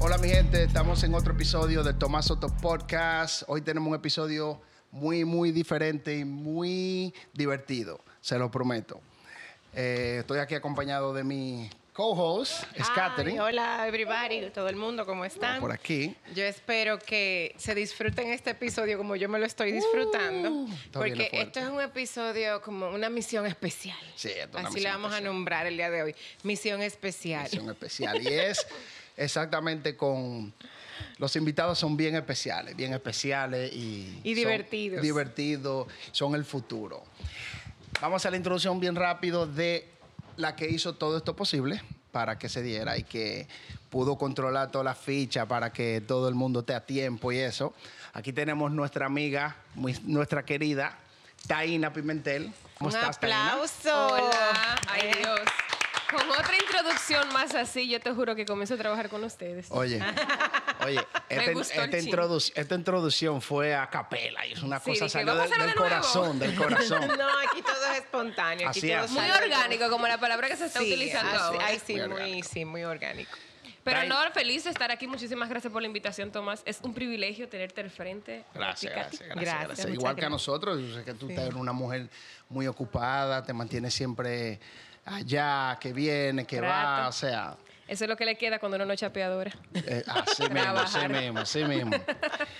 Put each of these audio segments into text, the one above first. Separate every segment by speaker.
Speaker 1: Hola mi gente, estamos en otro episodio de Tomás Soto Podcast. Hoy tenemos un episodio muy, muy diferente y muy divertido, se lo prometo. Eh, estoy aquí acompañado de mi co-host, es
Speaker 2: Hi,
Speaker 1: Katherine,
Speaker 2: Hola, everybody, todo el mundo, ¿cómo están?
Speaker 1: ¿eh? por aquí.
Speaker 2: Yo espero que se disfruten este episodio como yo me lo estoy disfrutando,
Speaker 1: Uh, está bien
Speaker 2: porque
Speaker 1: fuerte.
Speaker 2: esto es un episodio como una misión especial.
Speaker 1: Sí, esto es una
Speaker 2: Así
Speaker 1: misión
Speaker 2: la vamos
Speaker 1: especial.
Speaker 2: a nombrar el día de hoy, misión especial.
Speaker 1: Edición especial. Y es exactamente con... Los invitados son bien especiales, bien especiales y...
Speaker 2: Y
Speaker 1: son
Speaker 2: divertidos.
Speaker 1: Divertidos, son el futuro. Vamos a la introducción bien rápido de la que hizo todo esto posible para que se diera y que pudo controlar todas las fichas para que todo el mundo esté a tiempo y eso. Aquí tenemos nuestra amiga, muy- nuestra querida Taina Pimentel. ¿Cómo
Speaker 2: un
Speaker 1: estás, Taina?
Speaker 2: aplauso.
Speaker 3: Hola, Eh. ay
Speaker 1: Eh.
Speaker 3: Dios. Con otra introducción más así, yo te juro que comienzo a trabajar con ustedes.
Speaker 1: Oye, oye, esta,
Speaker 3: gustó el
Speaker 1: esta
Speaker 3: chin.
Speaker 1: introduc- esta introducción fue a capela y es una
Speaker 3: Sí,
Speaker 1: cosa
Speaker 3: dije,
Speaker 1: salió
Speaker 3: vamos
Speaker 1: del,
Speaker 3: a hacerlo
Speaker 1: del
Speaker 3: de nuevo.
Speaker 1: corazón, del corazón.
Speaker 2: No, aquí todo es espontáneo. Aquí
Speaker 1: Así
Speaker 2: todo
Speaker 1: es.
Speaker 3: Muy
Speaker 2: sale
Speaker 3: orgánico, como la palabra que se está
Speaker 2: como- Sí,
Speaker 3: utilizando
Speaker 2: así-
Speaker 3: ahora.
Speaker 2: ay, sí,
Speaker 1: Muy
Speaker 2: muy,
Speaker 1: orgánico.
Speaker 2: sí, muy orgánico.
Speaker 3: Pero
Speaker 1: Brian.
Speaker 3: no, feliz de estar aquí. Muchísimas gracias por la invitación, Tomás. Es un privilegio tenerte al frente.
Speaker 1: Gracias, gracias, gracias,
Speaker 2: Gracias,
Speaker 1: gracias.
Speaker 2: muchas
Speaker 1: Igual que a
Speaker 2: gracias.
Speaker 1: nosotros, yo sé que tú eres una mujer muy ocupada, te mantienes siempre allá, que viene, que va,
Speaker 3: Trato.
Speaker 1: o sea,
Speaker 3: Eso es lo que le queda cuando uno no es chapeadora.
Speaker 1: eh, así mismo, así
Speaker 3: Trabajar.
Speaker 1: mismo, así mismo.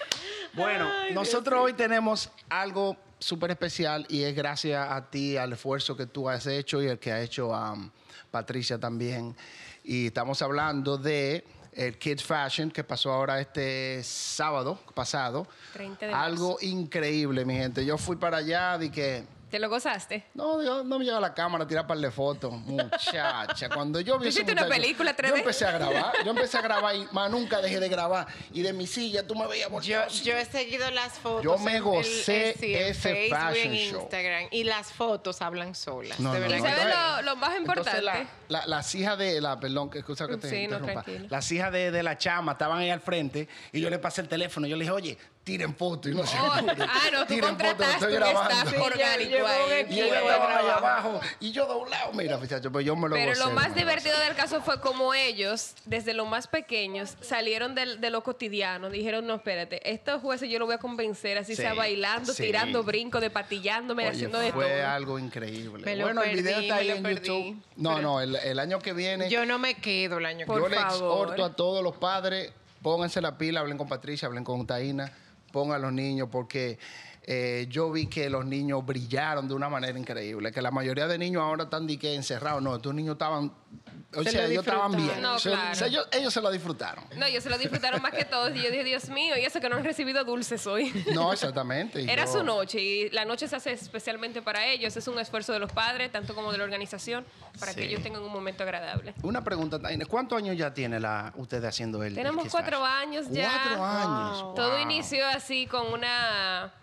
Speaker 1: Bueno, nosotros hoy tenemos algo súper especial y es gracias a ti, al esfuerzo que tú has hecho y el que ha hecho a Patricia también. Y estamos hablando de el Kids Fashion que pasó ahora este sábado pasado.
Speaker 3: 30 de marzo.
Speaker 1: algo increíble, mi gente. Yo fui para allá, di que
Speaker 3: ¿Te lo gozaste?
Speaker 1: no, yo no me lleva la cámara a tirar par de fotos, muchacha. Cuando yo vi
Speaker 3: ¿Tú
Speaker 1: ese
Speaker 3: hiciste una
Speaker 1: muchacho,
Speaker 3: película 3D?
Speaker 1: Yo empecé a grabar, yo empecé a grabar y más nunca dejé de grabar. Y de mi silla tú me veías
Speaker 2: Yo,
Speaker 1: volteado.
Speaker 2: yo he seguido las fotos.
Speaker 1: Yo me
Speaker 2: en el-
Speaker 1: gocé
Speaker 2: eh, sí, en
Speaker 1: ese
Speaker 2: Facebook,
Speaker 1: fashion
Speaker 2: en
Speaker 1: show.
Speaker 2: Instagram. Y las fotos hablan solas.
Speaker 1: No,
Speaker 2: de
Speaker 1: no,
Speaker 2: verdad.
Speaker 1: no,
Speaker 2: que-
Speaker 3: ¿Sabes
Speaker 1: entonces-
Speaker 3: lo, lo más
Speaker 1: Entonces,
Speaker 3: importante?
Speaker 1: la- la- las hijas de la, perdón, que excusa que te
Speaker 3: Sí, no,
Speaker 1: interrumpa.
Speaker 3: tranquilo.
Speaker 1: las hijas de, de la chama estaban ahí al frente y yo le pasé el teléfono. Yo le dije, oye, tiren fotos. Y no se
Speaker 3: Oh,
Speaker 1: apuren.
Speaker 3: ah, no, tú
Speaker 1: Tiren fotos,
Speaker 3: contrataste
Speaker 1: estoy
Speaker 3: un
Speaker 1: grabando.
Speaker 3: staff
Speaker 2: yo-
Speaker 3: orgánico
Speaker 2: llevo un
Speaker 3: ahí.
Speaker 2: equipo
Speaker 1: Y ellos
Speaker 2: de
Speaker 1: estaban allá
Speaker 2: trabajo.
Speaker 1: abajo y yo doblado. Mira, muchachos, pues yo me lo
Speaker 3: Pero
Speaker 1: gocé,
Speaker 3: lo más
Speaker 1: me lo gocé.
Speaker 3: divertido del caso fue como ellos, desde lo más pequeños, salieron del- de lo cotidiano. Dijeron, no, espérate, estos jueces yo lo voy a convencer, así
Speaker 1: Sí,
Speaker 3: sea bailando,
Speaker 1: sí.
Speaker 3: tirando brinco, depatillándome,
Speaker 1: Oye,
Speaker 3: haciendo de todo.
Speaker 1: fue algo increíble.
Speaker 2: Me lo
Speaker 1: bueno, el video
Speaker 2: perdí,
Speaker 1: está
Speaker 2: me
Speaker 1: ahí
Speaker 2: lo
Speaker 1: en
Speaker 2: perdí.
Speaker 1: YouTube. No,
Speaker 2: Pero-
Speaker 1: no, el, el año que viene.
Speaker 2: Yo no me quedo el año que
Speaker 3: Por
Speaker 1: yo le
Speaker 3: favor.
Speaker 1: exhorto a todos los padres, pónganse la pila, hablen con Patricia, hablen con Taina, pongan a los niños, porque eh, yo vi que los niños brillaron de una manera increíble. Que la mayoría de niños ahora están de que encerrados. No, estos niños estaban. O
Speaker 2: Se
Speaker 1: sea,
Speaker 2: lo
Speaker 1: ellos estaban bien.
Speaker 2: disfrutaron.
Speaker 3: No,
Speaker 1: O sea,
Speaker 3: claro.
Speaker 1: o sea, ellos, ellos se lo disfrutaron.
Speaker 3: No, ellos se lo disfrutaron más que todos. Y yo dije, Dios mío, y eso que no han recibido dulces hoy.
Speaker 1: No, exactamente. y
Speaker 3: Era
Speaker 1: yo-
Speaker 3: su noche y la noche se hace especialmente para ellos. Es un esfuerzo de los padres, tanto como de la organización, para
Speaker 1: Sí.
Speaker 3: que ellos tengan un momento agradable.
Speaker 1: Una pregunta, Taina, ¿cuántos años ya tiene la, usted haciendo el
Speaker 3: Tenemos
Speaker 1: el Kiss
Speaker 3: cuatro
Speaker 1: Fashion?
Speaker 3: años ya. Oh,
Speaker 1: Cuatro años.
Speaker 3: Todo
Speaker 1: wow.
Speaker 3: inició así con una...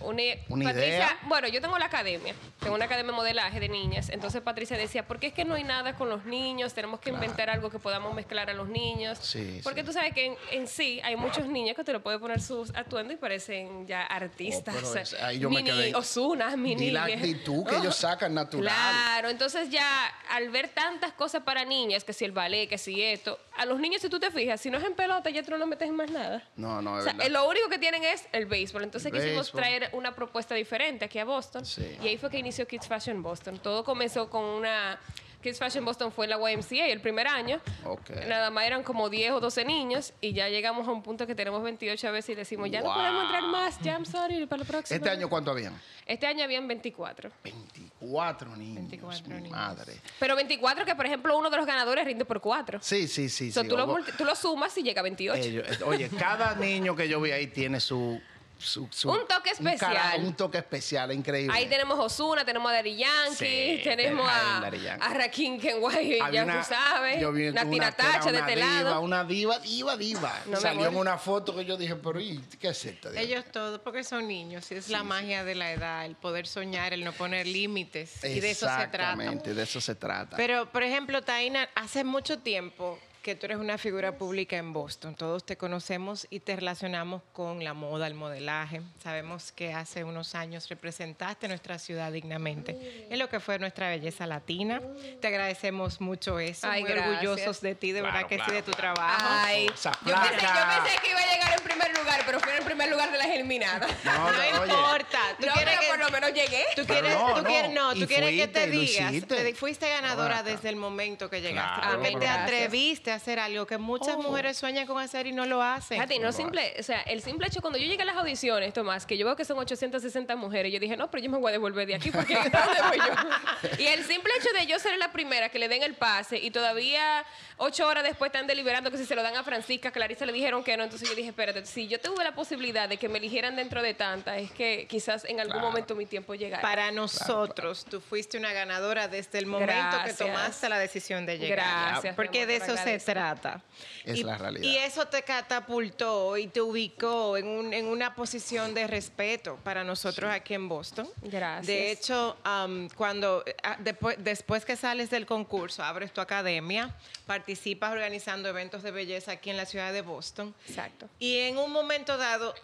Speaker 3: Una,
Speaker 1: Una
Speaker 3: Patricia,
Speaker 1: idea.
Speaker 3: bueno, yo tengo la academia, tengo una academia de modelaje de niñas, entonces Patricia decía, ¿por qué es que no hay nada con los niños? Tenemos que inventar algo que podamos mezclar a los niños,
Speaker 1: Sí,
Speaker 3: porque
Speaker 1: sí.
Speaker 3: tú sabes que en, en sí hay muchos niños que te lo pueden poner sus atuendos y parecen ya artistas,
Speaker 1: Oh, pero es- ahí yo me
Speaker 3: mini
Speaker 1: quedé.
Speaker 3: Ozuna, mini
Speaker 1: Y la actitud que ellos sacan natural.
Speaker 3: Claro, entonces ya al ver tantas cosas para niñas, que si el ballet, que si esto, a los niños si tú te fijas, si no es en pelota ya tú no lo metes en más nada.
Speaker 1: No, no,
Speaker 3: O
Speaker 1: es
Speaker 3: sea,
Speaker 1: verdad.
Speaker 3: eh, lo único que tienen es el béisbol. Entonces
Speaker 1: El
Speaker 3: quisimos
Speaker 1: béisbol.
Speaker 3: traer una propuesta diferente aquí a Boston.
Speaker 1: Sí.
Speaker 3: Y ahí fue que inició Kids Fashion Boston. Todo comenzó con una... Kids Fashion Boston fue en la YMCA el primer año.
Speaker 1: Ok.
Speaker 3: Nada más eran como 10 o 12 niños y ya llegamos a un punto que tenemos 28 veces y decimos, ya
Speaker 1: Wow.
Speaker 3: no podemos entrar más, ya I'm sorry, para la próxima.
Speaker 1: Este año, ¿cuánto habían?
Speaker 3: Este año habían 24.
Speaker 1: 24 niños.
Speaker 2: 24
Speaker 1: mi
Speaker 2: niños.
Speaker 1: madre.
Speaker 3: Pero 24 que, por ejemplo, uno de los ganadores rinde por 4.
Speaker 1: Sí, sí, sí. sí.
Speaker 3: tú, lo,
Speaker 1: Hubo-
Speaker 3: multi- tú lo sumas y llega a 28.
Speaker 1: ellos- eh, oye, cada niño que yo vi ahí tiene su. su- su-
Speaker 3: Un toque
Speaker 1: Un, cara-
Speaker 3: especial.
Speaker 1: un toque especial, increíble.
Speaker 3: Ahí tenemos a Osuna, tenemos a Dari Yankee,
Speaker 1: Sí,
Speaker 3: tenemos a,
Speaker 1: Daddy Yankee.
Speaker 3: a Rakim Kenway,
Speaker 1: Había
Speaker 3: ya
Speaker 1: una-
Speaker 3: tú sabes.
Speaker 1: Yo vi
Speaker 3: Natina
Speaker 1: una que era
Speaker 3: Tacha de
Speaker 1: una
Speaker 3: este
Speaker 1: diva,
Speaker 3: lado.
Speaker 1: Una diva, diva, diva.
Speaker 3: No, mi
Speaker 1: Salió en
Speaker 3: amor.
Speaker 1: una foto que yo dije, pero ¿y qué es esto?
Speaker 2: Ellos todos, porque son niños, y es la magia de la edad, el poder soñar, el no poner límites. Y de eso se trata.
Speaker 1: Exactamente, de eso se trata.
Speaker 2: Pero, por ejemplo, Taina, hace mucho tiempo que tú eres una figura pública en Boston. Todos te conocemos y te relacionamos con la moda, el modelaje. Sabemos que hace unos años representaste nuestra ciudad dignamente en lo que fue nuestra belleza latina. Te agradecemos mucho eso.
Speaker 3: Ay,
Speaker 2: Muy
Speaker 3: gracias.
Speaker 2: orgullosos de ti, de
Speaker 4: Claro,
Speaker 2: verdad que sí,
Speaker 4: claro,
Speaker 2: de tu
Speaker 4: claro.
Speaker 2: trabajo.
Speaker 3: Ay, yo pensé,
Speaker 1: Esa
Speaker 3: yo
Speaker 1: placa.
Speaker 3: pensé que iba a llegar en primer lugar, pero fue en primer lugar de las eliminadas.
Speaker 1: No,
Speaker 2: No
Speaker 1: no, oye.
Speaker 2: importa. Tú
Speaker 3: No,
Speaker 2: quieres
Speaker 3: pero
Speaker 2: que-
Speaker 3: por lo menos llegué.
Speaker 2: Tú
Speaker 1: Pero
Speaker 2: quieres,
Speaker 1: no,
Speaker 2: tú
Speaker 1: no.
Speaker 2: quieres, no,
Speaker 1: Y
Speaker 2: tú quieres que
Speaker 1: fuiste,
Speaker 2: te
Speaker 1: y lo
Speaker 2: digas,
Speaker 1: hiciste.
Speaker 2: te di- fuiste ganadora
Speaker 1: Ahora.
Speaker 2: desde el momento que llegaste,
Speaker 4: Claro,
Speaker 2: porque te
Speaker 3: gracias.
Speaker 2: atreviste a hacer algo que muchas
Speaker 3: Oh.
Speaker 2: mujeres sueñan con hacer y no lo hacen.
Speaker 3: Fíjate, no simple, o sea, el simple hecho, cuando yo llegué a las audiciones, Tomás, que yo veo que son 860 mujeres, yo dije, no, pero yo me voy a devolver de aquí porque ¿dónde voy yo? Y el simple hecho de yo ser la primera que le den el pase y todavía ocho horas después están deliberando que si se lo dan a Francisca, Clarisa le dijeron que no, entonces yo dije, espérate, si yo tuve la posibilidad de que me eligieran dentro de tantas, es que quizás en algún
Speaker 1: Claro.
Speaker 3: momento mi tiempo llegara.
Speaker 2: Para nosotros, tú fuiste una ganadora desde el momento
Speaker 3: Gracias.
Speaker 2: que tomaste la decisión de llegar.
Speaker 3: Gracias, mi
Speaker 2: Porque
Speaker 3: amor,
Speaker 2: de
Speaker 3: te
Speaker 2: eso se
Speaker 3: agradezco.
Speaker 2: trata.
Speaker 1: Es
Speaker 2: y,
Speaker 1: la realidad.
Speaker 2: Y eso te catapultó y te ubicó en, un- en una posición de respeto para nosotros aquí en Boston.
Speaker 3: Gracias.
Speaker 2: De hecho, am, cuando eh, ah, depo- después que sales del concurso, abres tu academia, participas organizando eventos de belleza aquí en la ciudad de Boston.
Speaker 3: Exacto.
Speaker 2: Y en un momento dado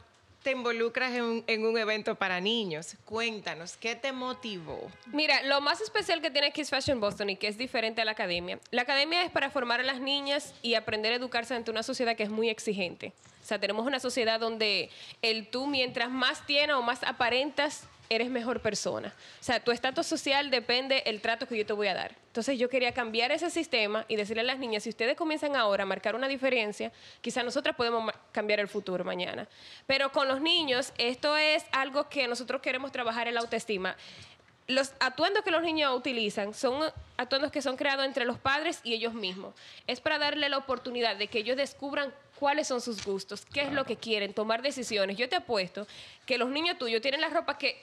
Speaker 2: te involucras en un, en un evento para niños. Cuéntanos, ¿qué te motivó?
Speaker 3: Mira, lo más especial que tiene Kiss Fashion Boston y que es diferente a la academia. La academia es para formar a las niñas y aprender a educarse ante una sociedad que es muy exigente. O sea, tenemos una sociedad donde el tú, mientras más tienes o más aparentas, eres mejor persona. O sea, tu estatus social depende el trato que yo te voy a dar. Entonces yo quería cambiar ese sistema y decirle a las niñas, si ustedes comienzan ahora a marcar una diferencia, quizás nosotras podemos ma- cambiar el futuro mañana. Pero con los niños, esto es algo que nosotros queremos trabajar en la autoestima los atuendos que los niños utilizan son atuendos que son creados entre los padres y ellos mismos. Es para darle la oportunidad de que ellos descubran cuáles son sus gustos, qué es lo que quieren, tomar decisiones. Yo te apuesto que los niños tuyos tienen la ropa que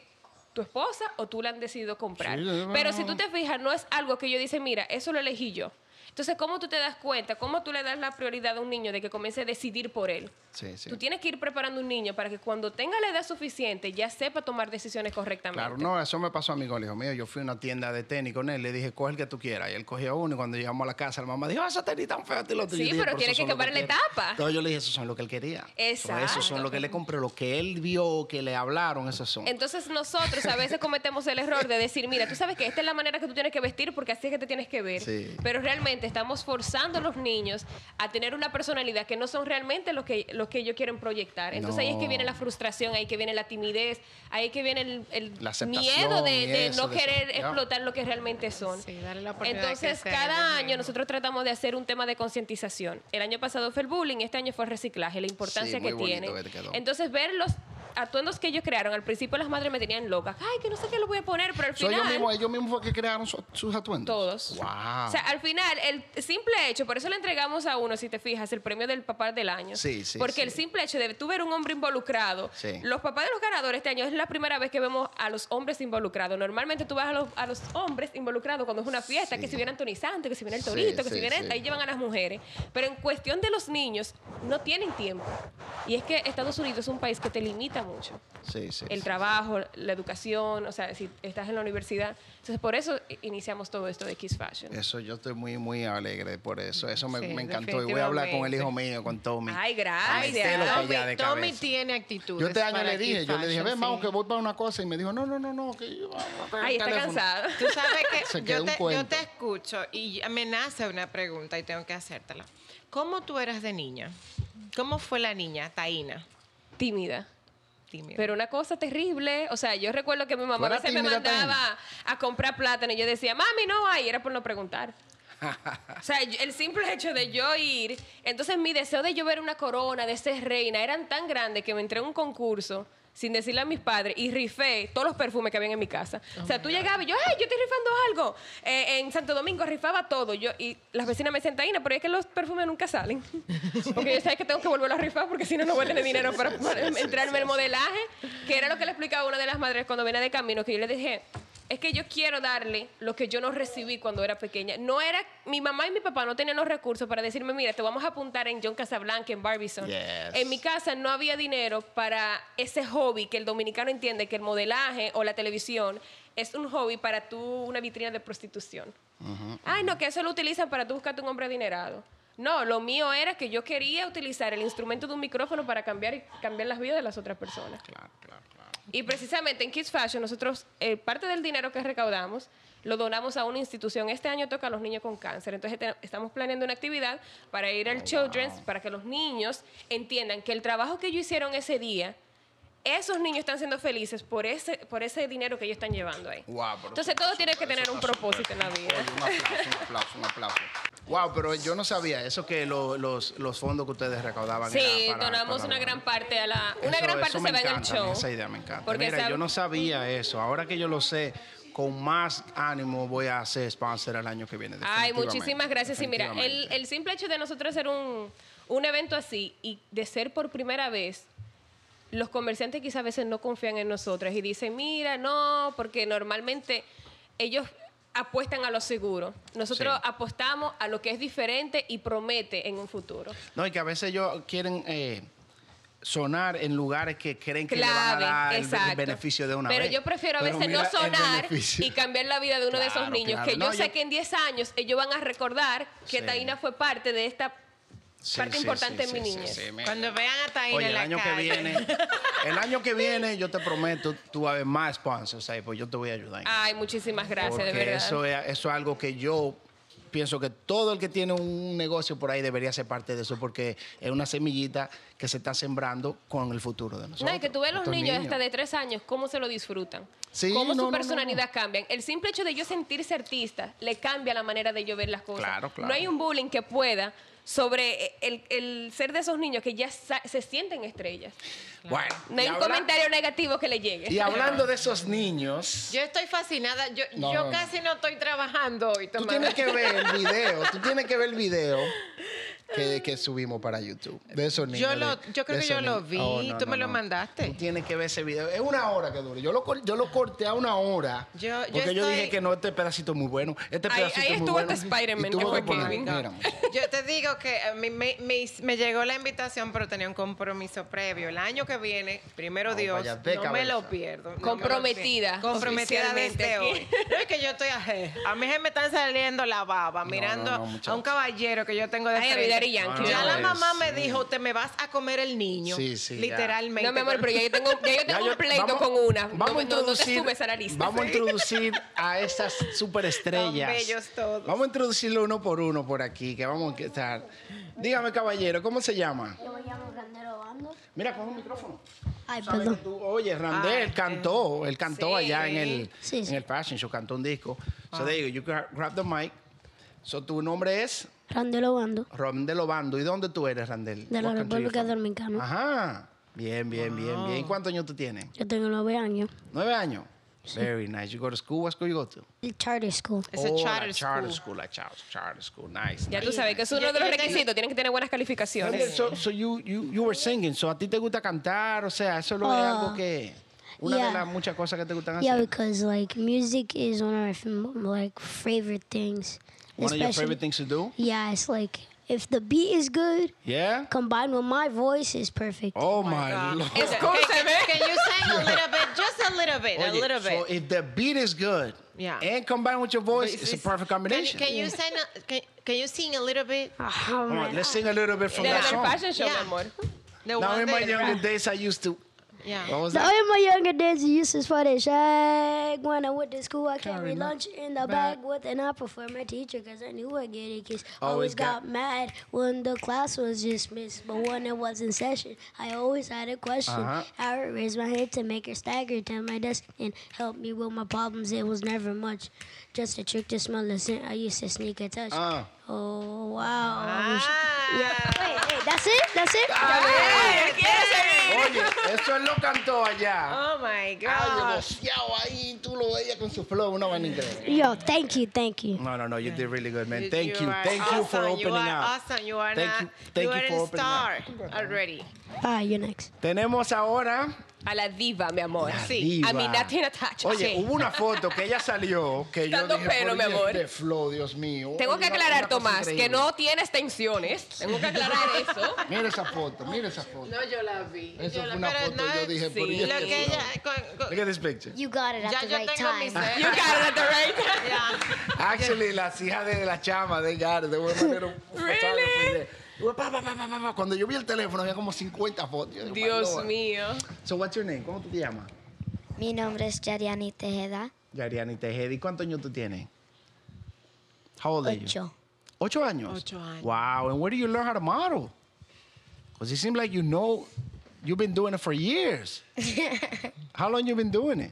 Speaker 3: tu esposa o tú la han decidido comprar.
Speaker 1: Sí, de
Speaker 3: Pero
Speaker 1: verdad.
Speaker 3: si tú te fijas, no es algo que yo dice, mira, eso lo elegí yo. Entonces, ¿cómo tú te das cuenta? ¿Cómo tú le das la prioridad a un niño de que comience a decidir por él?
Speaker 1: Sí, sí.
Speaker 3: Tú tienes que ir preparando un niño para que cuando tenga la edad suficiente ya sepa tomar decisiones correctamente.
Speaker 1: Claro, no, eso me pasó a mí con el hijo mío. Yo fui a una tienda de tenis con él, le dije, coge el que tú quieras. Y él cogió uno y cuando llegamos a la casa, la mamá dijo, "Ah, esos tenis tan feos, tú lo
Speaker 3: Sí, pero tiene que
Speaker 1: quemar
Speaker 3: quemar la etapa.
Speaker 1: Entonces yo le dije, esos son lo que él quería.
Speaker 3: Exacto.
Speaker 1: Esos son lo que le compré, lo que él vio, que le hablaron, esos son.
Speaker 3: Entonces nosotros a veces cometemos el error de decir, mira, tú sabes que esta es la manera que tú tienes que vestir porque así es que te tienes que ver.
Speaker 1: Sí.
Speaker 3: Pero realmente estamos forzando a los niños a tener una personalidad que no son realmente los que, los que ellos quieren proyectar. Entonces ahí es que
Speaker 1: No.
Speaker 3: viene la frustración, ahí que viene la timidez, ahí que viene el, el
Speaker 1: La aceptación
Speaker 3: miedo de,
Speaker 1: y
Speaker 3: de
Speaker 1: eso,
Speaker 3: no
Speaker 1: de
Speaker 3: querer
Speaker 1: ser- ya.
Speaker 3: explotar lo que realmente son.
Speaker 2: Sí, darle la oportunidad de
Speaker 3: Entonces
Speaker 2: crecer, ellos
Speaker 3: cada año
Speaker 2: mismos.
Speaker 3: nosotros tratamos de hacer un tema de concientización. El año pasado fue el bullying, este año fue el reciclaje, la importancia
Speaker 1: muy
Speaker 3: que
Speaker 1: bonito
Speaker 3: tiene.
Speaker 1: que te quedó.
Speaker 3: Entonces, entonces, ver los atuendos que ellos crearon, al principio las madres me tenían loca. Ay, que no sé qué le voy a poner, pero al
Speaker 1: So,
Speaker 3: final.
Speaker 1: ellos, mismos, ellos mismos fue que crearon su- sus atuendos.
Speaker 3: Todos.
Speaker 1: Wow.
Speaker 3: O sea, al final, el simple hecho, por eso le entregamos a uno, si te fijas, el premio del papá del año.
Speaker 1: Sí, sí,
Speaker 3: Porque
Speaker 1: sí.
Speaker 3: el simple hecho de tú ver un hombre involucrado,
Speaker 1: Sí.
Speaker 3: los papás de los ganadores este año es la primera vez que vemos a los hombres involucrados. Normalmente tú vas a los, a los hombres involucrados cuando es una fiesta,
Speaker 1: Sí.
Speaker 3: que si viene Antonizante, que si viene el
Speaker 1: Sí,
Speaker 3: torito, que
Speaker 1: sí,
Speaker 3: si viene.
Speaker 1: sí.
Speaker 3: Ahí llevan a las mujeres. Pero en cuestión de los niños, no tienen tiempo. Y es que Estados Unidos es un país que te limita mucho
Speaker 1: sí, sí,
Speaker 3: el
Speaker 1: sí.
Speaker 3: trabajo, la educación, o sea, si estás en la universidad. Entonces, por eso i- iniciamos todo esto de Kiss Fashion.
Speaker 1: Eso yo estoy muy, muy alegre por eso. Eso me,
Speaker 2: Sí,
Speaker 1: me encantó. Y voy a hablar con el hijo mío, con Tommy.
Speaker 3: Ay,
Speaker 1: Ay,
Speaker 3: gracias.
Speaker 1: te lo
Speaker 2: Tommy,
Speaker 1: calla de
Speaker 2: Tommy
Speaker 1: cabeza.
Speaker 2: tiene actitud.
Speaker 1: Yo este año le dije, yo le dije, ven, vamos, que voy para una cosa. Y me dijo, no, no, no, no, que yo vamos a coger el
Speaker 3: Ay, está
Speaker 1: teléfono".
Speaker 3: cansada.
Speaker 2: Tú sabes
Speaker 1: Se
Speaker 2: que
Speaker 1: quedó
Speaker 2: yo
Speaker 1: un
Speaker 2: te, yo
Speaker 1: cuento.
Speaker 2: te escucho y me nace una pregunta y tengo que hacértela. ¿Cómo tú eras de niña? ¿Cómo fue la niña, Taina?
Speaker 3: Tímida.
Speaker 2: Tímida.
Speaker 3: Pero una cosa terrible, o sea, yo recuerdo que mi mamá a
Speaker 1: Fuera
Speaker 3: veces me
Speaker 1: tímida también.
Speaker 3: mandaba a comprar plátano y yo decía, mami, no hay, era por no preguntar. O sea, yo- el simple hecho de yo ir, entonces mi deseo de yo ver una corona, de ser reina, eran tan grandes que me entré en un concurso sin decirle a mis padres y rifé todos los perfumes que habían en mi casa.
Speaker 1: Oh
Speaker 3: o sea, tú llegabas y yo, ¡ay, yo estoy rifando algo! Eh, en Santo Domingo rifaba todo. Yo, y las vecinas me decían, Taina, pero es que los perfumes nunca salen. porque yo sabía que tengo que volverlo a rifar porque si no, no vuelven de dinero para, para
Speaker 1: sí,
Speaker 3: entrarme
Speaker 1: sí,
Speaker 3: el
Speaker 1: sí.
Speaker 3: modelaje, que era lo que le explicaba una de las madres cuando venía de camino, que yo le dije, es que yo quiero darle lo que yo no recibí cuando era pequeña. No era, mi mamá y mi papá no tenían los recursos para decirme, mira, te vamos a apuntar en John Casablanca, en Barbizon.
Speaker 1: Yes.
Speaker 3: En mi casa no había dinero para ese hobby que el dominicano entiende que el modelaje o la televisión es un hobby para tú, una vitrina de prostitución. Ay, no, que eso lo utilizan para tú buscarte un hombre adinerado. No, lo mío era que yo quería utilizar el instrumento de un micrófono para cambiar, cambiar las vidas de las otras personas.
Speaker 1: Claro, claro, claro.
Speaker 3: Y precisamente en Kids Fashion, nosotros, eh, parte del dinero que recaudamos, lo donamos a una institución. Este año toca a los niños con cáncer. Entonces, te- estamos planeando una actividad para ir al
Speaker 1: Oh,
Speaker 3: Children's, para que los niños entiendan que el trabajo que ellos hicieron ese día, esos niños están siendo felices por ese, por ese dinero que ellos están llevando ahí.
Speaker 1: Guau, pero
Speaker 3: Entonces,
Speaker 1: eso
Speaker 3: todo
Speaker 1: está
Speaker 3: tiene que
Speaker 1: súper,
Speaker 3: tener
Speaker 1: eso
Speaker 3: un
Speaker 1: está súper.
Speaker 3: propósito en la vida.
Speaker 1: Oye, un aplauso, un aplauso, un aplauso. Wow, pero yo no sabía eso que lo- los, los fondos que ustedes recaudaban.
Speaker 3: Sí,
Speaker 1: era para-
Speaker 3: donamos
Speaker 1: para-
Speaker 3: una gran parte a la... Una
Speaker 1: Eso-
Speaker 3: gran
Speaker 1: eso
Speaker 3: parte
Speaker 1: me
Speaker 3: se va en el
Speaker 1: encanta,
Speaker 3: show.
Speaker 1: Esa idea me encanta.
Speaker 3: Porque
Speaker 1: Mira,
Speaker 3: sabe-
Speaker 1: yo no sabía eso. Ahora que yo lo sé, con más ánimo voy a hacer sponsor el año que viene.
Speaker 3: Ay,
Speaker 1: definitivamente,
Speaker 3: muchísimas gracias. Y mira, el,
Speaker 1: definitivamente.
Speaker 3: el simple hecho de nosotros hacer un, un evento así y de ser por primera vez, los comerciantes quizás a veces no confían en nosotras y dicen, mira, no, porque normalmente ellos apuestan a lo seguro. Nosotros
Speaker 1: Sí.
Speaker 3: apostamos a lo que es diferente y promete en un futuro.
Speaker 1: No, y que a veces ellos quieren eh, sonar en lugares que creen que le van a dar el- el,
Speaker 3: exacto.
Speaker 1: beneficio de una
Speaker 3: Pero
Speaker 1: vez.
Speaker 3: yo prefiero a
Speaker 1: Pero
Speaker 3: veces
Speaker 1: mira
Speaker 3: no
Speaker 1: el
Speaker 3: sonar
Speaker 1: beneficio.
Speaker 3: y cambiar la vida de uno de esos
Speaker 1: Claro,
Speaker 3: niños,
Speaker 1: claro.
Speaker 3: que
Speaker 1: No,
Speaker 3: yo sé
Speaker 1: yo-
Speaker 3: que en 10 años ellos van a recordar que
Speaker 1: Sí.
Speaker 3: Taina fue parte de esta
Speaker 1: Sí,
Speaker 3: parte
Speaker 1: sí,
Speaker 3: importante
Speaker 1: sí,
Speaker 3: de mi
Speaker 1: sí,
Speaker 3: niñez.
Speaker 1: sí, sí, mira.
Speaker 2: Cuando vean a Taina
Speaker 1: Oye,
Speaker 2: en
Speaker 1: el
Speaker 2: la
Speaker 1: año
Speaker 2: calle.
Speaker 1: que viene, el año que viene, yo te prometo, tú vas a ver más sponsors ahí, pues yo te voy a ayudar. en
Speaker 3: Ay, muchísimas Ah, gracias,
Speaker 1: Porque
Speaker 3: de verdad.
Speaker 1: Eso es, eso es algo que yo pienso que todo el que tiene un negocio por ahí debería ser parte de eso, porque es una semillita que se está sembrando con el futuro de nosotros.
Speaker 3: no, y que tú ves los
Speaker 1: estos
Speaker 3: niños, hasta de tres años, cómo se lo disfrutan.
Speaker 1: Sí, no,
Speaker 3: cómo
Speaker 1: no,
Speaker 3: su
Speaker 1: no,
Speaker 3: personalidad cambia. El simple hecho de yo sentirse artista le cambia la manera de yo ver las cosas.
Speaker 1: Claro, claro.
Speaker 3: No hay un bullying que pueda sobre el, el ser de esos niños que ya sa- se sienten estrellas.
Speaker 1: Bueno,
Speaker 3: No hay
Speaker 1: y
Speaker 3: un
Speaker 1: habla-
Speaker 3: comentario negativo que le llegue.
Speaker 1: Y hablando de esos niños,
Speaker 2: Yo estoy fascinada. Yo,
Speaker 1: No,
Speaker 2: yo
Speaker 1: no, no.
Speaker 2: casi no estoy trabajando hoy.
Speaker 1: tú
Speaker 2: Tomás.
Speaker 1: tienes que ver el video, tú tienes que ver el video. Que, que subimos para YouTube de esos niños.
Speaker 2: Yo lo-
Speaker 1: de-
Speaker 2: yo creo
Speaker 1: de
Speaker 2: que yo
Speaker 1: esos
Speaker 2: lo
Speaker 1: niños. Oh,
Speaker 2: vi, tú me lo mandaste.
Speaker 1: Tú tienes que ver ese video. Es una hora que dura. Yo lo, cor- yo lo corté a una hora.
Speaker 2: Yo- yo
Speaker 1: porque yo
Speaker 2: estoy-
Speaker 1: dije que no, este pedacito es muy bueno. Este
Speaker 3: Ahí-
Speaker 1: pedacito
Speaker 3: ahí
Speaker 1: es muy
Speaker 3: estuvo
Speaker 1: bueno.
Speaker 3: este Spider-Man
Speaker 1: Y
Speaker 3: que
Speaker 1: tuvo
Speaker 3: fue
Speaker 1: poner-
Speaker 3: Kevin.
Speaker 1: mira.
Speaker 2: Yo te digo que a mí me, me- me llegó la invitación, pero tenía un compromiso previo. El año que viene, primero
Speaker 1: Vamos
Speaker 2: Dios,
Speaker 1: para allá, de
Speaker 2: no me lo
Speaker 1: cabeza.
Speaker 2: pierdo. no me lo
Speaker 3: Comprometida,
Speaker 2: pierdo. Comprometida
Speaker 3: oficialmente
Speaker 2: desde
Speaker 3: aquí.
Speaker 2: hoy. No es que yo estoy ajé. A mí se me están saliendo la baba mirando
Speaker 1: no, no, muchachos.
Speaker 2: a un caballero que yo tengo de
Speaker 3: Ay, a
Speaker 2: frente.
Speaker 3: Vidal y Yankee,
Speaker 2: Ya
Speaker 1: no,
Speaker 2: la
Speaker 1: es-
Speaker 2: mamá me dijo, te me vas a comer el niño.
Speaker 1: Sí, sí, ya.
Speaker 2: Literalmente.
Speaker 3: No, mi amor, pero ya yo tengo, ya yo
Speaker 1: Ya
Speaker 3: tengo
Speaker 1: yo-
Speaker 3: un pleito
Speaker 1: vamos-
Speaker 3: con una. No,
Speaker 1: Vamos a
Speaker 3: me- no, no te
Speaker 1: introducir,
Speaker 3: subes a la lista.
Speaker 1: Vamos a
Speaker 3: Sí.
Speaker 1: introducir a esas superestrellas.
Speaker 2: Tan bellos todos.
Speaker 1: Vamos a introducirlo uno por uno por aquí, que vamos a empezar. Dígame, caballero, ¿cómo se llama?
Speaker 4: Yo me llamo Randero Bando.
Speaker 1: Mira, coge un micrófono.
Speaker 4: Ay,
Speaker 1: Sabes que tú- oye, Randel
Speaker 2: Ay,
Speaker 1: cantó, él cantó
Speaker 3: Sí. Ah.
Speaker 1: allá en el,
Speaker 4: Sí, sí.
Speaker 1: en el Passion Show, cantó un disco. So there you go, you can grab the mic. So tu nombre es
Speaker 4: Randero Bando,
Speaker 1: Randel Obando. ¿Y dónde tú eres, Randel?
Speaker 4: de la
Speaker 1: What country you
Speaker 4: República
Speaker 1: from? Ah.
Speaker 4: Dominicana.
Speaker 1: Ajá. Bien, bien, bien,
Speaker 3: Ah.
Speaker 1: bien. ¿Cuántos años tú tienes?
Speaker 4: Yo tengo nueve años.
Speaker 1: Nueve años. Very nice. You go to school. What school you go to?
Speaker 4: El charter school.
Speaker 2: It's a
Speaker 1: Oh,
Speaker 2: charter
Speaker 1: like charter
Speaker 2: school.
Speaker 1: school. like charter, charter school. Nice.
Speaker 3: Ya
Speaker 1: nice.
Speaker 3: tú sabes que es
Speaker 2: Yo-
Speaker 3: uno de
Speaker 2: yo
Speaker 3: los
Speaker 2: tengo-
Speaker 3: requisitos, tienen que tener buenas
Speaker 1: Randel,
Speaker 3: calificaciones.
Speaker 1: So, so you, you, you were singing. So a ti te gusta cantar. O sea, eso lo es
Speaker 4: Ah.
Speaker 1: algo que. Una de
Speaker 4: Yeah.
Speaker 1: las muchas cosas que te gustan
Speaker 4: Yeah,
Speaker 1: hacer.
Speaker 4: because like music is one of my fam- like favorite things.
Speaker 1: One of your
Speaker 4: Especially-
Speaker 1: favorite things to do.
Speaker 4: Yeah, it's like if the beat is good
Speaker 1: Yeah.
Speaker 4: combined with my voice is perfect.
Speaker 1: Oh my lord.
Speaker 3: Escúcheme.
Speaker 2: Can you sing a little bit? Just a little bit, a
Speaker 1: Oye,
Speaker 2: little bit.
Speaker 1: So if the beat is good
Speaker 2: Yeah.
Speaker 1: and combined with your voice, it's a perfect combination.
Speaker 2: Can, can you sing a, can, can you sing a little bit?
Speaker 4: Oh
Speaker 1: Come
Speaker 4: my
Speaker 1: on, let's sing a little bit from
Speaker 3: Desde
Speaker 1: that
Speaker 3: el
Speaker 1: song.
Speaker 3: fashion show, mi
Speaker 2: Yeah.
Speaker 3: amor.
Speaker 2: The
Speaker 1: Now Oh,
Speaker 2: one
Speaker 1: in my
Speaker 2: that-
Speaker 1: younger days, I used to.
Speaker 2: Yeah.
Speaker 1: What was
Speaker 4: The
Speaker 1: that?
Speaker 4: in my younger days, you used to for the shag. When I went to school, I carried lunch in the
Speaker 1: back.
Speaker 4: bag with an apple for my teacher because I knew I'd get it. Cause
Speaker 1: Always
Speaker 4: always,
Speaker 1: got-
Speaker 4: got, mad when the class was dismissed, but when it was in session, I always had a question.
Speaker 1: Uh-huh.
Speaker 4: I would raise my hand to make her stagger to my desk and help me with my problems. It was never much, just a trick to smell the scent. I used to sneak a touch.
Speaker 1: Uh.
Speaker 4: Oh wow! I was-
Speaker 2: Ah.
Speaker 4: Wait, wait, that's it? That's it?
Speaker 1: Ah. Oye, eso él lo cantó allá.
Speaker 2: Oh my
Speaker 1: Ay,
Speaker 2: gosh.
Speaker 1: demasiado ahí, tú lo veías con su flow, una vaina increíble.
Speaker 4: Yo, thank you, thank you.
Speaker 1: No, no, no, you did really good, man. Thank you,
Speaker 2: are
Speaker 1: thank you for
Speaker 2: awesome.
Speaker 1: opening
Speaker 2: you are
Speaker 1: up.
Speaker 2: Awesome, you are
Speaker 1: Thank
Speaker 2: not,
Speaker 1: you- thank
Speaker 2: you
Speaker 1: you
Speaker 2: are
Speaker 1: for
Speaker 2: a
Speaker 1: opening up.
Speaker 2: star already.
Speaker 4: Bye, you're next.
Speaker 1: Tenemos ahora.
Speaker 3: A la diva, mi amor.
Speaker 1: la
Speaker 3: Sí. A
Speaker 1: diva.
Speaker 3: mi Nati Natacha.
Speaker 1: Oye,
Speaker 3: sí.
Speaker 1: hubo una foto que ella salió que yo
Speaker 3: Dando
Speaker 1: dije,
Speaker 3: pelo, mi
Speaker 1: "Oye,
Speaker 3: amor".
Speaker 1: este flow, Dios mío.
Speaker 3: Tengo
Speaker 1: Oye,
Speaker 3: que
Speaker 1: una-
Speaker 3: aclarar,
Speaker 1: una cosa
Speaker 3: Tomás, que
Speaker 1: increíble.
Speaker 3: no tienes tensiones. Tengo que aclarar eso.
Speaker 1: Mira esa foto, mira esa foto.
Speaker 2: No, yo la vi.
Speaker 1: Eso
Speaker 2: yo
Speaker 1: fue
Speaker 2: la,
Speaker 1: una
Speaker 2: pero
Speaker 1: foto,
Speaker 2: no,
Speaker 1: yo dije,
Speaker 2: sí.
Speaker 1: ¿por qué
Speaker 2: Lo
Speaker 1: es
Speaker 2: que
Speaker 1: eso?
Speaker 2: ella... con- con-
Speaker 1: Look at this picture.
Speaker 4: You got it at
Speaker 2: ya
Speaker 4: the
Speaker 2: yo
Speaker 4: right
Speaker 2: tengo mis...
Speaker 4: time.
Speaker 3: You got it at the right time.
Speaker 2: Yeah.
Speaker 1: Actually, las hijas de la chama, they got it. They were my little
Speaker 3: Really?
Speaker 1: photographer de- pa, pa, pa, pa, pa, pa. Cuando yo vi el teléfono había como 50 fotos. Yo digo, "My
Speaker 3: Dios
Speaker 1: Lord".
Speaker 3: mío.
Speaker 1: So, what's your name? ¿Cómo tú te llamas?
Speaker 5: Mi nombre es Yariani Tejeda.
Speaker 1: Yariani Tejedi. ¿Cuántos años tú tienes? How old are you?
Speaker 5: Ocho.
Speaker 1: ¿Ocho años?
Speaker 2: Ocho años.
Speaker 1: Wow. And where do you learn how to model? Because it seems like you know, you've been doing it for years. how long you been doing it?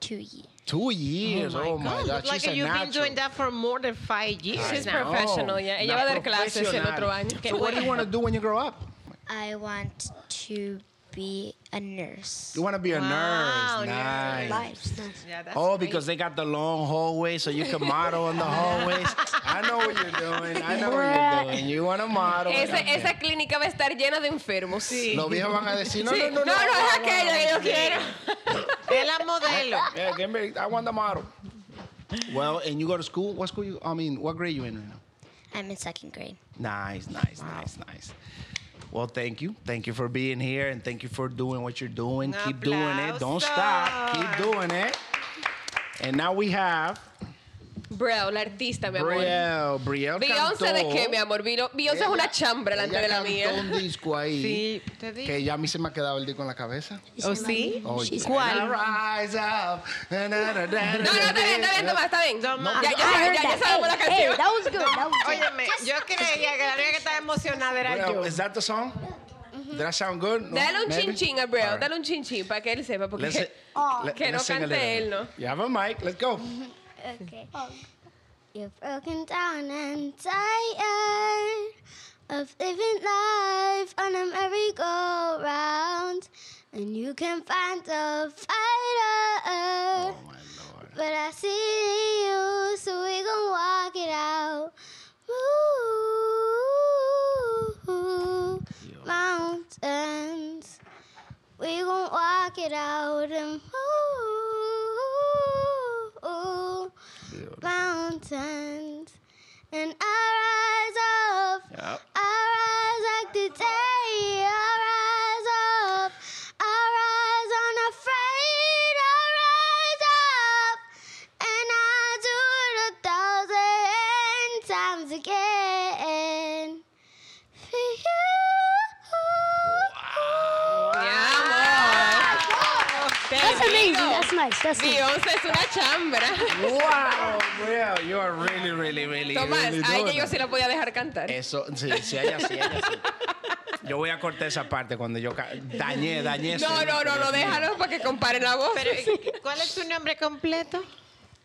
Speaker 5: Two years.
Speaker 1: Two years. Oh my, God.
Speaker 2: look
Speaker 1: She's
Speaker 2: like
Speaker 1: a
Speaker 2: you've
Speaker 1: natural.
Speaker 2: been doing that for more than five years
Speaker 3: She's
Speaker 2: now.
Speaker 3: professional, ya. Ella va a dar clases el otro
Speaker 1: profesional.
Speaker 3: año. Qué
Speaker 1: So what do you want
Speaker 3: bueno.
Speaker 1: to do when you grow up?
Speaker 5: I want to be a nurse.
Speaker 1: You want to be a
Speaker 2: Wow,
Speaker 1: nurse.
Speaker 2: nurse.
Speaker 1: Nice.
Speaker 4: Lives.
Speaker 2: Yeah, that's
Speaker 1: Oh,
Speaker 2: great.
Speaker 1: because they got the long hallway, so you can model in the hallways. I know what you're doing. I know what you're doing. You want to model.
Speaker 3: Ese-
Speaker 1: Okay.
Speaker 3: esa clínica va a estar llena de enfermos. Sí.
Speaker 1: Los viejos van a decir, no,
Speaker 3: Sí.
Speaker 1: no, no, no.
Speaker 3: es aquella que yo quiero.
Speaker 2: es la modelo.
Speaker 1: Yeah, give me, I want the model. Well, and you go to school? What school you, I mean, what grade you in right now?
Speaker 5: I'm in second grade.
Speaker 1: Nice, nice, nice, nice. Well, thank you. Thank you for being here and thank you for doing what you're doing.
Speaker 2: Un
Speaker 1: Keep doing it. Don't stop. Keep
Speaker 2: aplauso.
Speaker 1: doing it. And now we have
Speaker 3: Bro, la artista, mi amor.
Speaker 1: Brielle. Brielle
Speaker 3: Beyoncé de
Speaker 1: cantó.
Speaker 3: qué, mi amor? Bilo- Beyoncé es una
Speaker 1: Ella-
Speaker 3: chambra delante
Speaker 1: ella
Speaker 3: de la
Speaker 1: cantó
Speaker 3: mía.
Speaker 1: un disco ahí
Speaker 2: Sí, te digo.
Speaker 1: que ya a mí se me ha quedado el disco en la cabeza.
Speaker 2: ¿O Oh, sí?
Speaker 5: Oh,
Speaker 1: Oye. And
Speaker 2: ¿Cuál?
Speaker 1: I rise up. na, na, na, na,
Speaker 3: No, no, está bien, está bien, Tomás, está bien.
Speaker 2: Tomás.
Speaker 3: Ya, ya, ya, ya, ya sabemos la
Speaker 4: Hey,
Speaker 3: canción.
Speaker 4: that was good. That was good.
Speaker 2: Óyeme, yo creía que la única que estaba emocionada era yo.
Speaker 1: Well, is that the song? Did that sound good? No?
Speaker 3: Dale un
Speaker 1: Maybe?
Speaker 3: chin chin a
Speaker 1: All
Speaker 3: Bro,
Speaker 1: right.
Speaker 3: dale un chin chin para que él sepa. Porque
Speaker 1: Let's, let,
Speaker 3: que no
Speaker 1: let's sing a
Speaker 3: cante él,
Speaker 1: little.
Speaker 3: ¿no?
Speaker 1: You have a mic. Let's go.
Speaker 5: Okay. You're broken down and tired of living life on a merry-go-round, and you can find a fighter.
Speaker 1: Oh, my Lord.
Speaker 5: But I see you, so we gon' walk it out. Ooh, mountains, we gon' walk it out and move. Mountains, and I rise up.
Speaker 1: Yep.
Speaker 5: I rise like the day. I rise up. I rise unafraid. I rise up. And I do it a thousand times again. For you.
Speaker 3: Mi amor. Te
Speaker 4: That's amazing.
Speaker 3: digo,
Speaker 4: That's nice. That's nice.
Speaker 3: Beyoncé es una chambra.
Speaker 1: Wow, Brielle, you are really, really, really,
Speaker 3: Tomás,
Speaker 1: really
Speaker 3: a ella
Speaker 1: doing
Speaker 3: yo
Speaker 1: it.
Speaker 3: sí la podía dejar cantar.
Speaker 1: Eso, sí, sí, ella sí, ella sí. Yo voy a cortar esa parte cuando yo ca- dañé, dañé. ese
Speaker 3: No, no,
Speaker 1: disco,
Speaker 3: no,
Speaker 1: Dios
Speaker 3: no,
Speaker 1: mío.
Speaker 3: déjalo para que compare la voz.
Speaker 2: Pero, ¿y ¿cuál es tu nombre completo?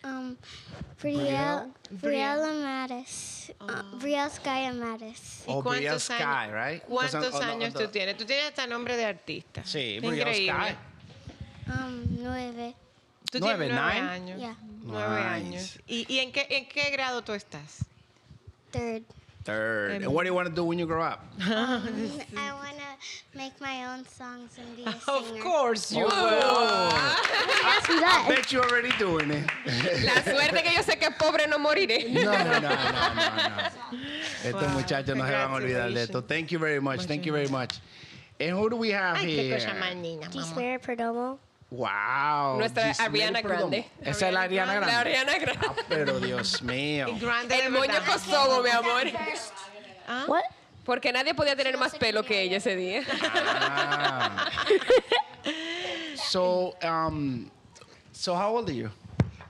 Speaker 5: Um, Brielle, Brielle Mattis. Uh, Brielle Skye Mattis.
Speaker 1: Oh, Brielle
Speaker 2: ¿Cuántos
Speaker 1: Sky,
Speaker 2: años-
Speaker 1: right?
Speaker 2: ¿Cuántos
Speaker 1: Because I'm- oh, no,
Speaker 2: años
Speaker 1: no.
Speaker 2: tú tienes? Tú tienes hasta nombre de artista.
Speaker 1: Sí, Brielle
Speaker 2: Increíble.
Speaker 1: Sky.
Speaker 5: Um, nueve.
Speaker 2: Tú
Speaker 1: Nueve,
Speaker 2: tienes nueve
Speaker 1: nine?
Speaker 2: años.
Speaker 5: Yeah.
Speaker 2: Nueve
Speaker 1: Nice.
Speaker 2: años. ¿Y, y en, qué, en qué grado tú estás?
Speaker 5: Third.
Speaker 1: Third.
Speaker 2: Em-
Speaker 1: And what do you want to do when you grow up?
Speaker 5: I want to make my own songs and be a singer.
Speaker 2: Of course you
Speaker 1: Ah,
Speaker 4: Ask me that.
Speaker 1: Oh. Bet you already doing it.
Speaker 3: La suerte que yo sé que pobre no moriré.
Speaker 1: No, no, no, no, no. Estos muchachos no se van a olvidar de esto. Thank you very much. Thank you very much. And who do we have
Speaker 2: Ay, qué
Speaker 1: here?
Speaker 2: cosa más niña, mamá.
Speaker 4: Swear Perdomo.
Speaker 1: Wow.
Speaker 3: Nuestra
Speaker 1: Gismel
Speaker 3: Ariana
Speaker 1: Perdomo.
Speaker 3: Grande.
Speaker 1: Esa es la Ariana Grande.
Speaker 3: La Ariana Grande.
Speaker 1: Ah, pero Dios mío.
Speaker 2: Y grande pues, de
Speaker 3: El moño
Speaker 2: verdad.
Speaker 3: Kosovo, mi amor.
Speaker 2: ¿Ah?
Speaker 4: What?
Speaker 3: Porque nadie podía tener más pelo que ella ese día.
Speaker 1: Ah. So, um, so how old are you?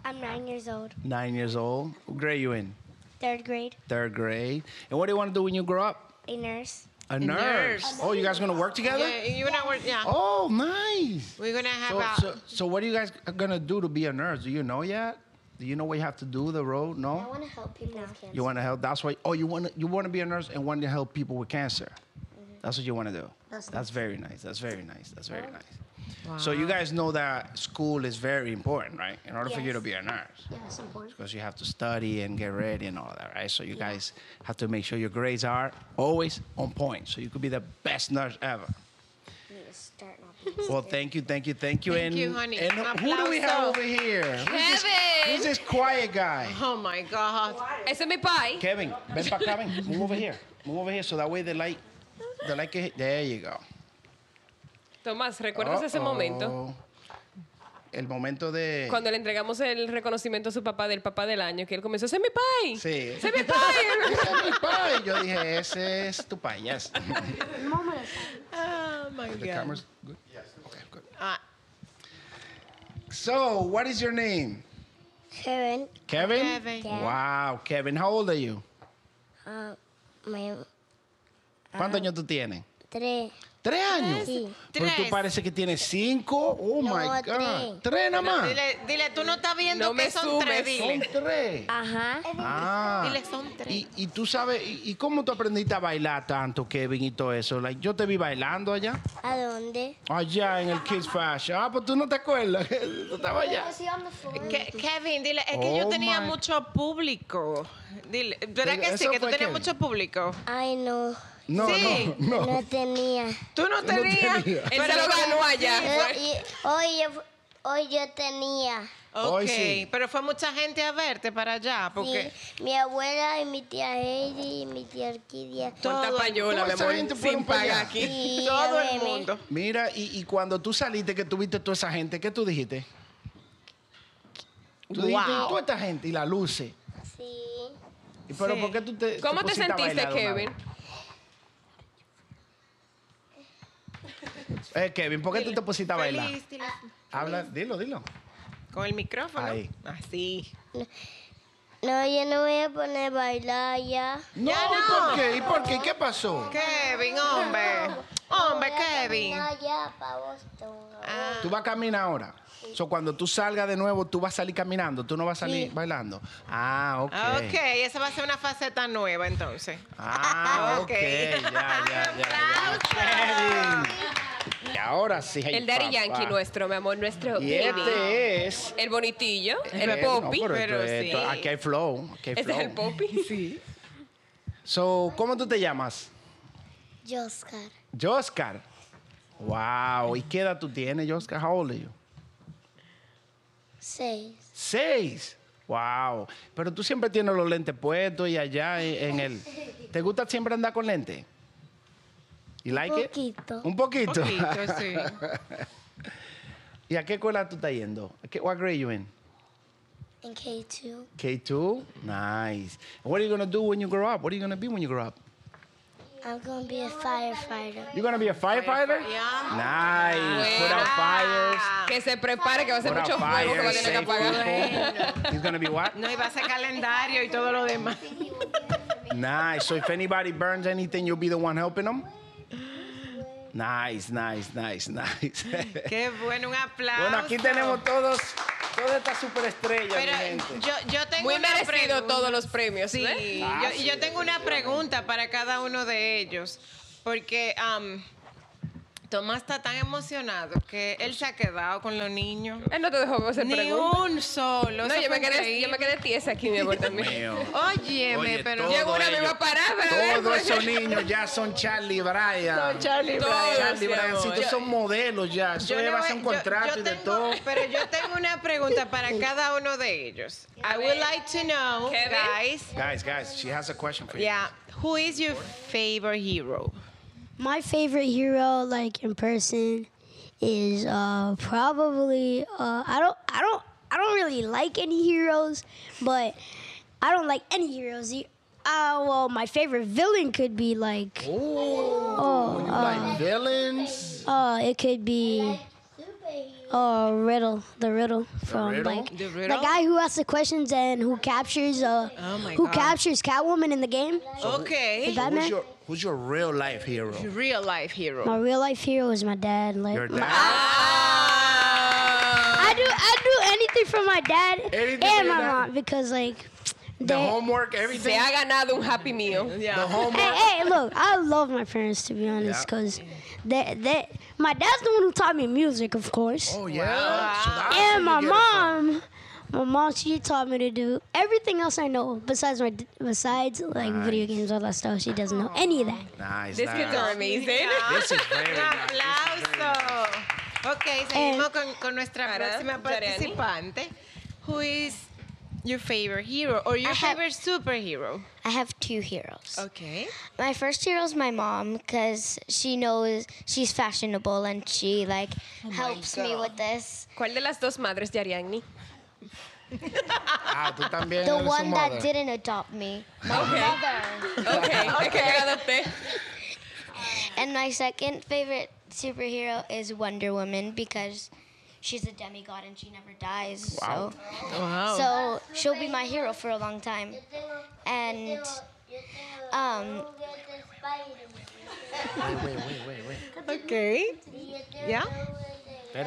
Speaker 5: I'm nine years old,
Speaker 1: Nine years old. What grade you in?
Speaker 5: third grade,
Speaker 1: Third grade. And what do you want to do when you grow up?
Speaker 5: a nurse.
Speaker 1: A nurse.
Speaker 2: nurse.
Speaker 1: Oh, you guys gonna work together?
Speaker 2: Yeah, you and I were- yeah.
Speaker 1: Oh, nice.
Speaker 2: We're gonna
Speaker 1: So,
Speaker 2: have a...
Speaker 1: so, so what are you guys gonna do to be a nurse? Do you know yet? Do you know what you have to do? The road?
Speaker 5: I
Speaker 1: No.
Speaker 5: want to help people with cancer.
Speaker 1: You want to help? That's why. Oh, you want to you want to be a nurse and want to help people with cancer. That's what you want to do. Mm-hmm. That's, very nice. That's very nice. That's very nice. So you guys know that school is very important, right? In order for you to
Speaker 5: Yes.
Speaker 1: be a nurse,
Speaker 4: Yeah, that's important.
Speaker 1: because you have to study and get ready and all that, right? So you guys have to make sure your grades are always on point, so you could be the best nurse ever. Well, thank you, thank you, thank you.
Speaker 2: Thank
Speaker 1: and
Speaker 2: you, honey.
Speaker 1: and
Speaker 2: Un
Speaker 1: who do we have
Speaker 2: aplauso.
Speaker 1: over here? Who's this,
Speaker 3: Kevin.
Speaker 1: who's this quiet guy?
Speaker 2: Oh, my God.
Speaker 3: Ese es mi pai.
Speaker 1: Kevin, ven para acá, ven. Move over here. Move over here so that way the light, the light can hit. There you go.
Speaker 3: Tomás, ¿recuerdas ese
Speaker 1: Uh-oh.
Speaker 3: momento?
Speaker 1: el momento de...
Speaker 3: Cuando le entregamos el reconocimiento a su papá del papá del año, que él comenzó, ¡Ese es mi pai!
Speaker 1: Sí.
Speaker 3: ¡Ese es mi pai!
Speaker 1: Ese es mi pai. Yo dije, ese es tu pai, yes.
Speaker 2: Oh, my
Speaker 1: The
Speaker 2: God.
Speaker 1: camera's good? Yes. Okay, good.
Speaker 2: Ah,
Speaker 1: So, what is your name?
Speaker 5: Karen,
Speaker 1: Kevin?
Speaker 2: Kevin. Kevin.
Speaker 1: Wow, Kevin, how old are you?
Speaker 5: um, my
Speaker 1: ¿Cuántos años tú tienes?
Speaker 5: three.
Speaker 1: ¿Tres años?
Speaker 5: Ah. Sí.
Speaker 1: Pero tú
Speaker 2: Tres.
Speaker 1: parece que tienes cinco. Oh
Speaker 5: No,
Speaker 1: my God.
Speaker 5: tres.
Speaker 1: Tres nada más.
Speaker 2: dile, dile, tú no estás viendo
Speaker 3: No
Speaker 2: que
Speaker 3: me
Speaker 2: son
Speaker 3: sumes.
Speaker 2: tres,
Speaker 1: Son
Speaker 2: dile.
Speaker 1: tres.
Speaker 5: Ajá.
Speaker 1: Ah.
Speaker 2: Dile, son tres.
Speaker 1: Y, y tú sabes, y, y cómo tú aprendiste a bailar tanto, Kevin, y todo eso? Like, yo te vi bailando allá.
Speaker 5: ¿A dónde?
Speaker 1: Allá en el Kids Fashion. Ah, pues tú no te acuerdas. tú estabas allá.
Speaker 2: Ke- Kevin, dile, es que yo
Speaker 1: Oh,
Speaker 2: tenía
Speaker 1: my-
Speaker 2: mucho público. Dile, ¿verdad
Speaker 1: Pero
Speaker 2: que sí?
Speaker 1: eso
Speaker 2: Que tú
Speaker 1: fue
Speaker 2: tenías
Speaker 1: Kevin.
Speaker 2: mucho público.
Speaker 5: Ay, no.
Speaker 1: No,
Speaker 2: Sí.
Speaker 1: no, no.
Speaker 5: tenía.
Speaker 2: Tú no tenías.
Speaker 1: tenía.
Speaker 3: Él se lo ganó allá.
Speaker 5: Eh, y- hoy, yo, hoy yo tenía.
Speaker 1: Hoy
Speaker 2: Ok,
Speaker 1: sí.
Speaker 2: pero fue mucha gente a verte para allá, porque
Speaker 5: Sí, mi abuela y mi tía Heidi y mi tía Orquídea.
Speaker 3: Cuánta
Speaker 2: Todo-
Speaker 3: payola,
Speaker 1: ¿Cómo
Speaker 3: mi
Speaker 1: esa
Speaker 3: amor,
Speaker 1: gente fueron
Speaker 3: sin
Speaker 1: pa'
Speaker 3: paga
Speaker 1: allá?
Speaker 3: aquí.
Speaker 5: Y
Speaker 2: todo
Speaker 5: a
Speaker 2: el
Speaker 5: verme.
Speaker 2: mundo.
Speaker 1: Mira, y, y cuando tú saliste, que tuviste toda esa gente, ¿qué tú dijiste? Tú dijiste,
Speaker 2: Wow.
Speaker 1: toda esta gente y la luce.
Speaker 5: Sí.
Speaker 1: Y Pero
Speaker 2: Sí.
Speaker 1: ¿por qué tú te
Speaker 3: ¿Cómo te
Speaker 1: pusiste a
Speaker 3: sentiste,
Speaker 1: bailar de una
Speaker 3: Kevin?
Speaker 1: vez? Eh, Kevin, ¿por qué tú te pusiste a bailar?
Speaker 2: Feliz, dile.
Speaker 1: Habla, dilo, dilo.
Speaker 2: con el micrófono.
Speaker 1: Ahí.
Speaker 2: Así.
Speaker 5: No, yo no voy a poner a bailar ya.
Speaker 1: No,
Speaker 2: no.
Speaker 1: ¿por qué? ¿Y por qué? ¿Qué pasó?
Speaker 2: Kevin, hombre. Hombre,
Speaker 5: Voy a
Speaker 2: Kevin. Ah.
Speaker 5: caminar ya para Boston.
Speaker 1: Tú vas a caminar ahora. So, cuando tú salgas de nuevo, tú vas a salir caminando, tú no vas a salir bailando. Ah, ok.
Speaker 2: Ah, Ok, esa va a ser una faceta nueva entonces.
Speaker 1: Ah, ok.
Speaker 2: Ok.
Speaker 1: ya, ya, ya, ya. Kevin. Y ahora sí. ay,
Speaker 3: El Daddy
Speaker 1: papá.
Speaker 3: Yankee nuestro, mi amor, nuestro.
Speaker 1: Y
Speaker 3: baby.
Speaker 1: este es.
Speaker 3: El bonitillo, el
Speaker 1: Eh, no,
Speaker 3: popi.
Speaker 1: pero esto-
Speaker 2: pero
Speaker 1: esto-
Speaker 2: sí.
Speaker 1: Aquí hay flow. Aquí hay
Speaker 3: Este
Speaker 1: flow.
Speaker 3: es el popi.
Speaker 1: So, ¿cómo tú te llamas?
Speaker 5: Joscar.
Speaker 1: Joscar. Wow. ¿Y qué edad tú tienes, Joscar? How old are you?
Speaker 5: Seis.
Speaker 1: Seis. Wow. Pero tú siempre tienes los lentes puestos y allá en en el. ¿Te gusta siempre andar con lentes? ¿Y like it?
Speaker 5: poquito.
Speaker 1: Un poquito.
Speaker 2: Poquito, sí.
Speaker 1: ¿Y a qué escuela tú estás yendo? ¿A qué- What grade you in?
Speaker 5: En K2.
Speaker 1: K2? Nice. What are you going to do when you grow up? What are you going to be when you grow up?
Speaker 5: I'm gonna be a firefighter.
Speaker 1: You going to be a firefighter?
Speaker 2: Yeah.
Speaker 1: Nice. Put out fires.
Speaker 3: Que se prepare, que va a ser
Speaker 1: Put out
Speaker 3: mucho fuego que va a
Speaker 1: fires.
Speaker 3: tener que
Speaker 1: Save
Speaker 3: apagar.
Speaker 1: people. He's going to be what?
Speaker 2: No, y va a ser calendario y todo lo demás.
Speaker 1: Nice. So if anybody burns anything, you'll be the one helping them? Nice, nice, nice, nice.
Speaker 2: Qué bueno, un aplauso.
Speaker 1: bueno, aquí tenemos todos, toda esta superestrella, mi
Speaker 2: Pero
Speaker 1: gente.
Speaker 2: yo, yo tengo
Speaker 3: Muy
Speaker 2: una
Speaker 3: merecido
Speaker 2: pregunta.
Speaker 3: todos los premios,
Speaker 2: Sí,
Speaker 3: ¿eh?
Speaker 2: yo-
Speaker 1: Ah,
Speaker 2: y
Speaker 1: sí,
Speaker 2: yo tengo una pregunta para cada uno de ellos, porque am, Tomás está tan emocionado que él se ha quedado con los niños.
Speaker 3: Él no te dejó hacer
Speaker 2: Ni
Speaker 3: preguntas.
Speaker 2: un solo.
Speaker 3: No,
Speaker 2: eso
Speaker 3: yo me,
Speaker 2: fue
Speaker 3: quedé, yo me
Speaker 2: increíble.
Speaker 3: quedé tiesa aquí, mi amor, también.
Speaker 2: Óyeme,
Speaker 1: Oye,
Speaker 2: pero-
Speaker 1: todo eh,
Speaker 3: Llegó una, me
Speaker 1: ello-
Speaker 3: iba a parar para ver,
Speaker 1: Todos
Speaker 3: pues.
Speaker 1: esos niños ya son Charlie Bryan. Son
Speaker 2: Charlie
Speaker 3: Todos,
Speaker 2: Bryan.
Speaker 1: Charlie
Speaker 3: mi
Speaker 1: Bryan.
Speaker 3: amor.
Speaker 1: Si tú son modelos ya, eso
Speaker 2: le
Speaker 1: ya va a ser
Speaker 2: voy-
Speaker 1: un
Speaker 2: yo-
Speaker 1: contrato
Speaker 2: yo
Speaker 1: y de
Speaker 2: tengo-
Speaker 1: todo.
Speaker 2: Pero yo tengo una pregunta para cada uno de ellos. I would like to know,
Speaker 3: Kevin.
Speaker 2: guys,
Speaker 1: Guys, guys, she has a question for you.
Speaker 2: yeah, who is your favorite hero?
Speaker 4: My favorite hero, like in person, is uh, probably uh, I don't I don't I don't really like any heroes, but I don't like any heroes. E- Uh, well, my favorite villain could be like
Speaker 1: Oh, you like villains?
Speaker 4: uh, it could be uh Riddle, the Riddle
Speaker 2: Oh
Speaker 4: from
Speaker 1: Riddle?
Speaker 4: like
Speaker 2: The
Speaker 4: the
Speaker 2: Riddle?
Speaker 4: guy who asks the questions and who captures uh
Speaker 2: Oh my
Speaker 4: who
Speaker 2: God.
Speaker 4: captures Catwoman in the game.
Speaker 2: Okay.
Speaker 4: That
Speaker 1: Who's
Speaker 4: man,
Speaker 1: your, who's your real life hero?
Speaker 2: Real life hero.
Speaker 4: my real life hero is my dad. Like
Speaker 1: Your
Speaker 4: my-
Speaker 1: dad?
Speaker 4: I do I do anything for my dad
Speaker 1: Anything for
Speaker 4: and
Speaker 1: your
Speaker 4: my
Speaker 1: dad?
Speaker 4: mom because like
Speaker 1: The
Speaker 4: they-
Speaker 1: homework,
Speaker 3: Se
Speaker 1: everything?
Speaker 3: ha ganado un Happy Meal.
Speaker 1: The homework?
Speaker 4: Hey, hey, look, I love my parents to be honest
Speaker 1: Yeah.
Speaker 4: because they they my dad's the one who taught me music, of course.
Speaker 1: Oh, yeah. So that's where
Speaker 4: and
Speaker 1: you
Speaker 4: my
Speaker 1: get it from.
Speaker 4: mom my mom she taught me to do everything else I know besides my d- besides like video games all that stuff. She doesn't know any of that.
Speaker 1: Nice,
Speaker 3: These kids are
Speaker 1: nice.
Speaker 3: amazing.
Speaker 1: This is very
Speaker 2: Un
Speaker 1: nice.
Speaker 2: aplauso.
Speaker 6: Eh,
Speaker 2: Ok, seguimos con, con nuestra
Speaker 3: Para
Speaker 2: próxima
Speaker 3: Dariani.
Speaker 2: participante. Who is Your favorite hero or your
Speaker 6: I have-
Speaker 2: favorite superhero?
Speaker 6: I have two heroes.
Speaker 2: Okay.
Speaker 6: My first hero is my mom because she knows she's fashionable and she like helps me with this.
Speaker 3: ¿Cuál de las dos madres de Ariadne?
Speaker 1: Ah, tú también.
Speaker 6: The
Speaker 1: eres su
Speaker 6: one that
Speaker 1: mother.
Speaker 6: didn't adopt me, my mother.
Speaker 3: Ok, ok, agradate.
Speaker 6: And my second favorite superhero is Wonder Woman because she's a demigod and she never dies. So,
Speaker 2: Wow.
Speaker 6: so she'll be my hero for a long time. And um,
Speaker 2: okay. Yeah.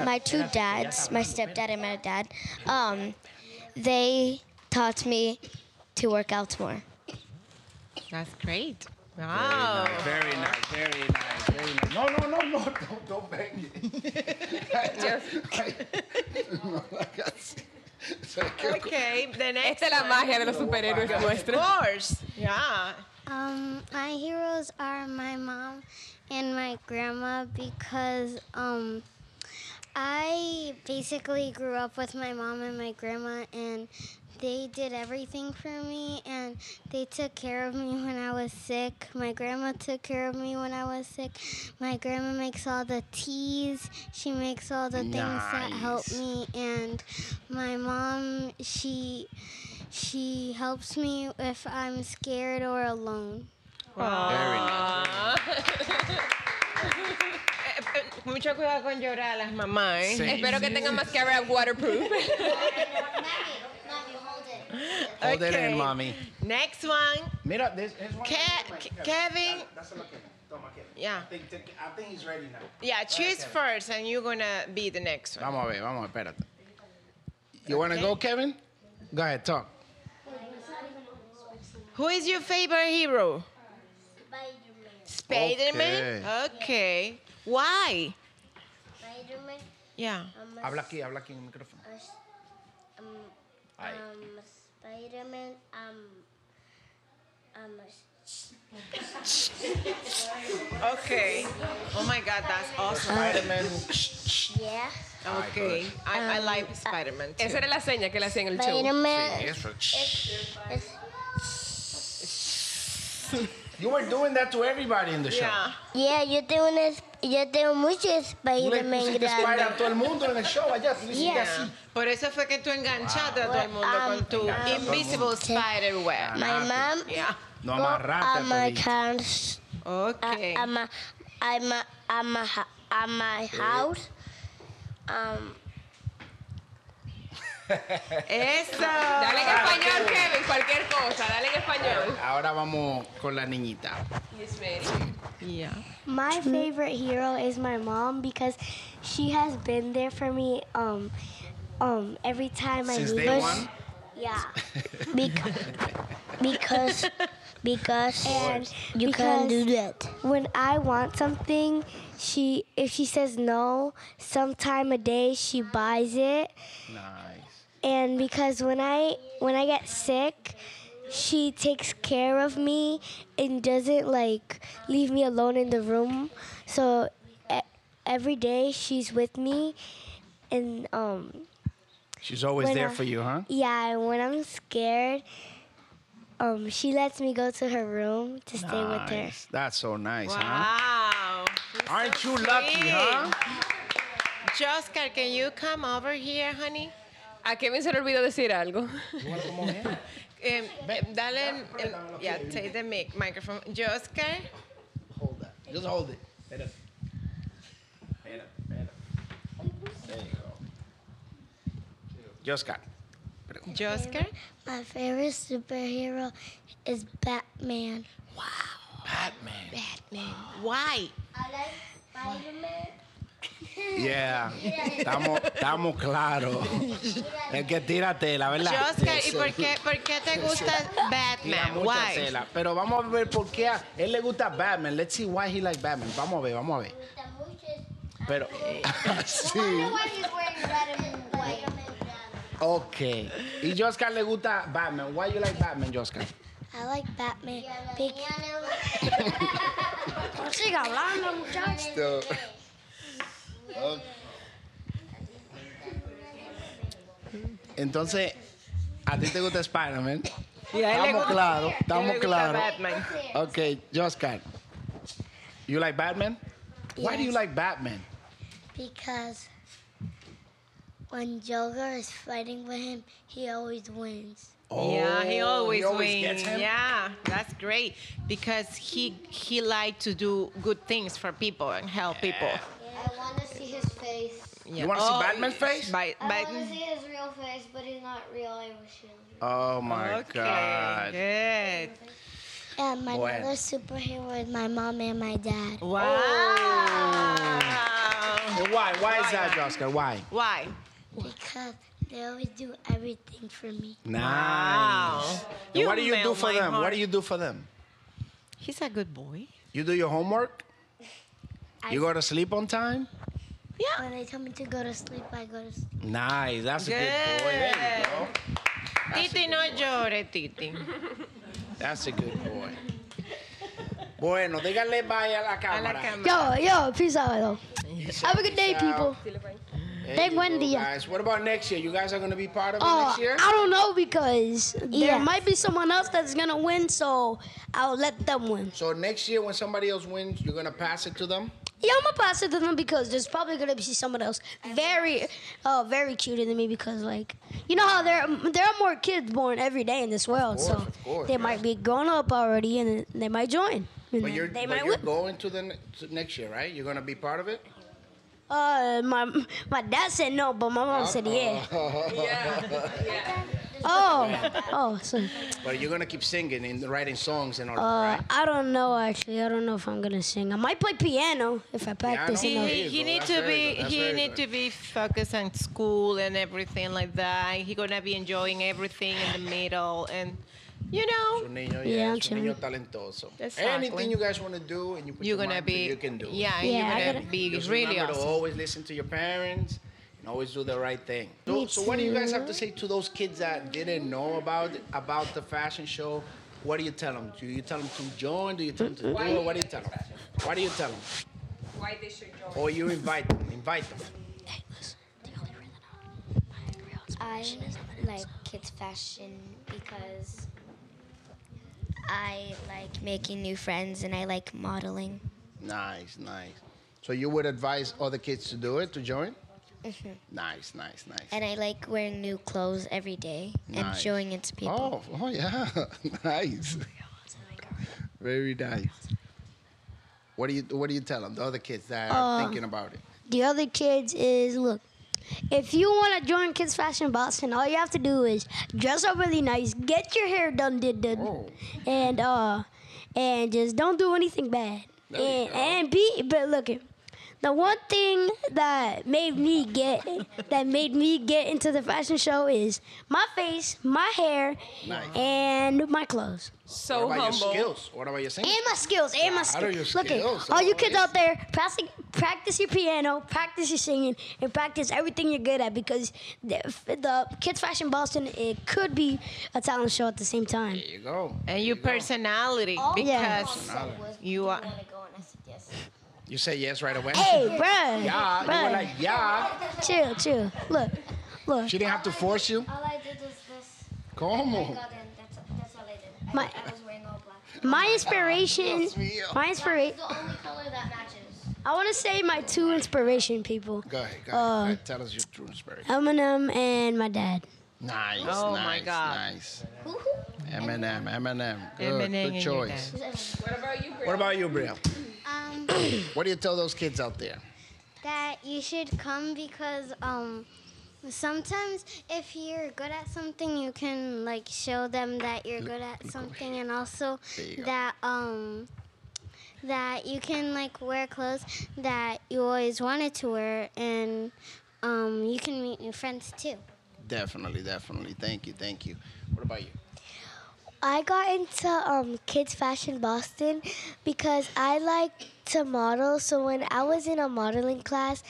Speaker 6: my two dads, my stepdad and my dad, um, they taught me to work out more.
Speaker 2: That's great. Wow.
Speaker 1: Very nice, very nice, very nice. No, no, no, no, don't, don't bang it. no, like así. Se quedó.
Speaker 2: Okay. The next.
Speaker 3: Esta es la magia de los superhéroes
Speaker 2: Of
Speaker 3: nuestros.
Speaker 2: course. Yeah.
Speaker 5: Um, my heroes are my mom and my grandma because um, I basically grew up with my mom and my grandma, and they did everything for me, and they took care of me when I was sick. My grandma took care of me when I was sick. My grandma makes all the teas. She makes all the things that help
Speaker 1: Nice.
Speaker 5: me, and my mom, she she helps me if I'm scared or alone.
Speaker 1: Very nice.
Speaker 2: Eh, eh, Mucho cuidado con llorar las mamás. ¿eh?
Speaker 1: Sí.
Speaker 3: Espero que tengan mascara waterproof.
Speaker 1: Hold it
Speaker 2: Okay.
Speaker 1: in, mommy.
Speaker 2: Next one.
Speaker 1: Mira, this is one.
Speaker 2: Ke- Ke- Kevin.
Speaker 1: Dáselo a Kevin. Toma, Kevin.
Speaker 2: Yeah.
Speaker 1: I think, take- I think he's ready now.
Speaker 2: Yeah, choose
Speaker 1: Kevin.
Speaker 2: first and you're gonna be the next one.
Speaker 1: Vamos a ver, vamos, espérate. You wanna go, Kevin? Go ahead, talk.
Speaker 2: Who is your favorite hero? Spider-Man.
Speaker 1: Okay.
Speaker 2: Okay. Why? Yeah.
Speaker 1: Habla aquí, habla aquí en el micrófono. Ahí.
Speaker 5: ah. Spider-Man, um, um,
Speaker 2: Okay. Oh my God, that's awesome.
Speaker 1: Spider-Man.
Speaker 5: yeah.
Speaker 2: Okay. I, I like Spider-Man too.
Speaker 3: Esa era la seña que le hacían en el show.
Speaker 5: Spider-Man.
Speaker 1: Yes, sir. You were doing that to everybody in the show.
Speaker 2: Yeah.
Speaker 5: Yeah, yo tengo, un es- yo tengo muchos
Speaker 1: Tú le
Speaker 5: Spider-Man
Speaker 1: pusiste Spider
Speaker 5: grandes.
Speaker 1: a todo el mundo en el show allá. Tú le hiciste
Speaker 5: Yeah.
Speaker 1: así.
Speaker 2: Por eso fue que tú enganchaste a todo el mundo con tu Invisible Spider-Web.
Speaker 5: My mom
Speaker 2: Yeah.
Speaker 1: No
Speaker 5: go
Speaker 1: amarraste a
Speaker 5: at my
Speaker 1: todito.
Speaker 5: house,
Speaker 2: Okay.
Speaker 5: at my, at my, at my, hou- at my house. Um,
Speaker 2: Eso.
Speaker 3: Dale en español, Kevin, cualquier cosa. Dale en español.
Speaker 1: Ahora vamos con la niñita.
Speaker 3: Yes, Mary.
Speaker 2: Yeah.
Speaker 7: My favorite hero is my mom because she has been there for me um um every time I
Speaker 1: Since
Speaker 7: need
Speaker 1: day
Speaker 7: her.
Speaker 1: one.
Speaker 7: Yeah.
Speaker 5: because, because, because
Speaker 7: And
Speaker 5: you can't do
Speaker 7: because
Speaker 5: that.
Speaker 7: When I want something, she if she says no, sometime a day she buys it.
Speaker 1: Nice.
Speaker 7: And because when I when I get sick, she takes care of me and doesn't like leave me alone in the room. So e- every day she's with me and um
Speaker 1: She's always
Speaker 7: When
Speaker 1: there
Speaker 7: I-
Speaker 1: for you, huh?
Speaker 7: yeah, and when I'm scared, um, she lets me go to her room to stay with her.
Speaker 1: Nice. That's so nice, huh?
Speaker 2: Wow.
Speaker 1: Aren't you lucky,
Speaker 2: sweet.
Speaker 1: huh?
Speaker 2: Joscar, can you come over here, honey?
Speaker 3: A Kevin se le olvidó decir algo.
Speaker 2: Um, dale, um, yeah, take the mic, microphone. Joscar,
Speaker 1: Hold that. Just hold it. Espérate. Espérate, espérate. There you go. Joscar.
Speaker 2: Joscar.
Speaker 5: My favorite superhero is Batman.
Speaker 1: Batman.
Speaker 2: Why?
Speaker 5: I like Spider-Man.
Speaker 1: Yeah. Estamos, estamos claros. Es que tira tela, ¿verdad?
Speaker 2: Joscar, ¿y
Speaker 1: Sí.
Speaker 2: por qué, por qué te gusta
Speaker 1: Tira
Speaker 2: Batman?
Speaker 1: mucha
Speaker 2: Why?
Speaker 1: tela. Pero vamos a ver por qué a él le gusta Batman. Let's see why he likes Batman. Vamos a ver, vamos a ver. Pero, sí.
Speaker 5: he's wearing Batman
Speaker 1: Ok. Y Joscar le gusta Batman. Why you like Batman, Joscar?
Speaker 5: I like Batman.
Speaker 1: Entonces, a ¿A ti te gusta Spider-Man?
Speaker 2: Y a él le
Speaker 1: Estamos
Speaker 2: gusta-
Speaker 1: claros,
Speaker 2: le
Speaker 1: estamos
Speaker 2: gusta
Speaker 1: claros.
Speaker 2: Batman.
Speaker 1: Ok, Joscar. You like Batman? Why do you like Batman?
Speaker 5: Because when Joker is fighting with him, he always wins.
Speaker 2: yeah, Oh, he always,
Speaker 1: Oh, always
Speaker 2: wins.
Speaker 1: gets him?
Speaker 2: Yeah, that's great because he he liked to do good things for people and help people.
Speaker 5: I want to see his face.
Speaker 2: Yeah. Oh,
Speaker 1: wanna see Batman's face?
Speaker 2: Bi- Bi-
Speaker 5: his real face, but he's not real. I wish he was
Speaker 1: Oh my
Speaker 2: okay,
Speaker 1: God.
Speaker 2: good.
Speaker 5: And my
Speaker 1: Bueno.
Speaker 5: other superhero is my mom and my dad.
Speaker 2: Wow.
Speaker 1: And why? Why is
Speaker 2: Why
Speaker 1: that,
Speaker 2: not?
Speaker 1: Joscar? Why?
Speaker 2: Why?
Speaker 5: Because they always do everything for me.
Speaker 1: Nice. And
Speaker 2: You
Speaker 1: what do you do
Speaker 2: melt
Speaker 1: for
Speaker 2: my
Speaker 1: them? What
Speaker 2: heart.
Speaker 1: do you do for them?
Speaker 2: He's a good boy.
Speaker 1: You do your homework? You go to sleep on time?
Speaker 5: When they tell me to go to sleep, I go to sleep.
Speaker 1: Nice. That's a good boy. There you go.
Speaker 2: Titi, no llore, Titi.
Speaker 1: That's a good boy. Bueno, díganle bye a la
Speaker 2: A la
Speaker 1: cámara.
Speaker 2: cama.
Speaker 4: Yo, yo, peace out, though. Have a good day,
Speaker 1: Peace
Speaker 4: people.
Speaker 1: out.
Speaker 4: Ten
Speaker 1: There you
Speaker 4: buen
Speaker 1: go,
Speaker 4: día.
Speaker 1: Guys, what about next year? You guys are going to be part of it
Speaker 4: Uh,
Speaker 5: Oh,
Speaker 1: next year?
Speaker 4: I don't know because there
Speaker 7: Yeah.
Speaker 4: might be someone else that's gonna win, so I'll let them win.
Speaker 1: So next year, when somebody else wins, you're gonna pass it to them.
Speaker 4: Yeah, I'm gonna pass it to them because there's probably gonna be someone else very, uh, very cuter than me because like you know how there there are more kids born every day in this world,
Speaker 1: course,
Speaker 4: so
Speaker 1: of course,
Speaker 4: they
Speaker 1: yeah.
Speaker 4: might be grown up already and then they might join. And
Speaker 1: But
Speaker 4: then
Speaker 1: you're,
Speaker 4: they
Speaker 1: but
Speaker 4: might
Speaker 1: you're
Speaker 4: win.
Speaker 1: going to the ne- to next year, right? You're gonna be part of it.
Speaker 4: Uh, my my dad said no, but my mom said yeah. Oh, oh, so
Speaker 1: But you're gonna keep singing and writing songs and all
Speaker 4: uh,
Speaker 1: that, right?
Speaker 4: I don't know actually. I don't know if I'm gonna sing. I might play piano if I practice
Speaker 1: Piano?
Speaker 4: enough.
Speaker 2: He,
Speaker 1: There you
Speaker 2: he
Speaker 1: go.
Speaker 2: need
Speaker 1: That's
Speaker 2: to
Speaker 1: very
Speaker 2: be
Speaker 1: good. That's
Speaker 2: he
Speaker 1: very
Speaker 2: need
Speaker 1: good.
Speaker 2: to be focused on school and everything like that. He gonna be enjoying everything in the middle and you
Speaker 1: Es
Speaker 2: know
Speaker 1: un niño,
Speaker 4: Yeah,
Speaker 1: yeah,
Speaker 4: I'm
Speaker 1: es un niño
Speaker 4: chilling.
Speaker 1: talentoso.
Speaker 2: Exactly.
Speaker 1: Anything you guys wanna do and you put
Speaker 2: you're
Speaker 1: your
Speaker 2: gonna
Speaker 1: mind to,
Speaker 2: be
Speaker 1: you can do. it.
Speaker 2: yeah, and
Speaker 4: Yeah, I
Speaker 2: you're gonna
Speaker 4: gotta-
Speaker 2: be
Speaker 1: Just
Speaker 2: really
Speaker 1: remember to
Speaker 2: awesome.
Speaker 1: always listen to your parents and always do the right thing. So, so what do you guys have to say to those kids that didn't know about about the fashion show? What do you tell them? Do you tell them to join? Do you tell them to do it? What do you tell them? What do you tell them?
Speaker 3: Why they should join.
Speaker 1: Or you invite them? Invite them.
Speaker 6: I like kids' fashion because I like making new friends and I like modeling.
Speaker 1: Nice, nice. So you would advise other kids to do it to join?
Speaker 4: Mm-hmm.
Speaker 1: Nice, nice, nice.
Speaker 6: And I like wearing new clothes every day and
Speaker 1: Nice.
Speaker 6: showing it to people.
Speaker 1: Oh, oh yeah, nice. Very nice. What do you What do you tell them? The other kids that are
Speaker 4: Uh,
Speaker 1: thinking about it.
Speaker 4: the other kids is look. If you want to join Kids Fashion Boston, all you have to do is dress up really nice, get your hair done, did did,
Speaker 1: Oh.
Speaker 4: and uh, and just don't do anything bad.
Speaker 1: There you
Speaker 4: And,
Speaker 1: go.
Speaker 4: and be but look it. The one thing that made me get that made me get into the fashion show is my face, my hair,
Speaker 1: Nice.
Speaker 4: and my clothes.
Speaker 3: So
Speaker 1: what about
Speaker 3: humble.
Speaker 1: your skills? What about your singing?
Speaker 4: And my skills, and my
Speaker 1: Out of
Speaker 4: skills.
Speaker 1: your
Speaker 4: Look,
Speaker 1: skills,
Speaker 4: at, all you kids
Speaker 1: always.
Speaker 4: out there, practice, practice your piano, practice your singing, and practice everything you're good at because the, the Kids Fashion Boston, it could be a talent show at the same time.
Speaker 1: There you go.
Speaker 2: And your personality because you are
Speaker 1: You say yes right away.
Speaker 4: Hey, bruh.
Speaker 1: Yeah, you were
Speaker 4: bruh.
Speaker 1: like yeah.
Speaker 4: chill, chill. Look, look.
Speaker 1: She didn't have to force you.
Speaker 5: All I did was this.
Speaker 1: Como?
Speaker 5: that's, that's all I did.
Speaker 4: My-
Speaker 5: I was wearing all black.
Speaker 4: My inspiration,
Speaker 1: Dios mío.
Speaker 4: my inspiration.
Speaker 5: the only color that matches.
Speaker 4: I want to say my two inspiration people,
Speaker 1: Go ahead. Go ahead.
Speaker 4: Uh,
Speaker 1: Right, tell us your true story.
Speaker 4: Eminem and my dad.
Speaker 1: Nice.
Speaker 2: Oh,
Speaker 1: nice,
Speaker 2: my God.
Speaker 1: Nice. Eminem. Eminem. Good,
Speaker 2: Eminem and
Speaker 1: good
Speaker 2: your
Speaker 1: choice.
Speaker 3: What about you, Bri?
Speaker 1: What about you, Bria?
Speaker 5: Um,
Speaker 1: What do you tell those kids out there?
Speaker 5: that you should come because um, sometimes if you're good at something, you can like show them that you're good at something, and also
Speaker 1: There you go.
Speaker 5: that um, that you can like wear clothes that you always wanted to wear, and um, you can meet new friends too.
Speaker 1: Definitely, definitely. Thank you, thank you. What about you?
Speaker 7: I got into um, Kids Fashion Boston because I like to model. So when I was in a modeling class,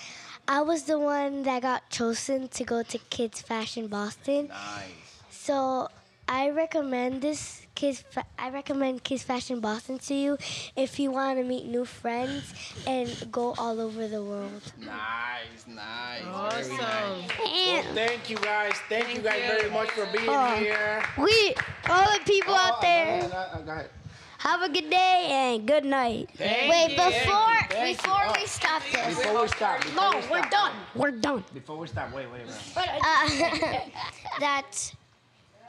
Speaker 7: I was the one that got chosen to go to Kids Fashion Boston.
Speaker 1: Nice.
Speaker 7: So I I recommend this Kiss. Fa- I recommend Kiss Fashion Boston to you if you want to meet new friends and go all over the world.
Speaker 1: Nice, nice. very nice.
Speaker 2: Awesome.
Speaker 1: Well,
Speaker 4: And
Speaker 1: thank you guys. Thank, you guys very much for being
Speaker 4: Oh.
Speaker 1: here.
Speaker 4: we, all the people
Speaker 1: Oh,
Speaker 4: out there,
Speaker 1: no, no, no, go ahead.
Speaker 4: have a good day and good night.
Speaker 1: Thank
Speaker 6: Wait,
Speaker 1: you, thank you,
Speaker 6: before
Speaker 1: thank you.
Speaker 6: before
Speaker 1: Oh,
Speaker 6: we stop this.
Speaker 1: Before we stop. Before
Speaker 4: No,
Speaker 1: we stop,
Speaker 4: we're done. We're done.
Speaker 1: Before we stop, wait, wait, wait.
Speaker 6: Uh, that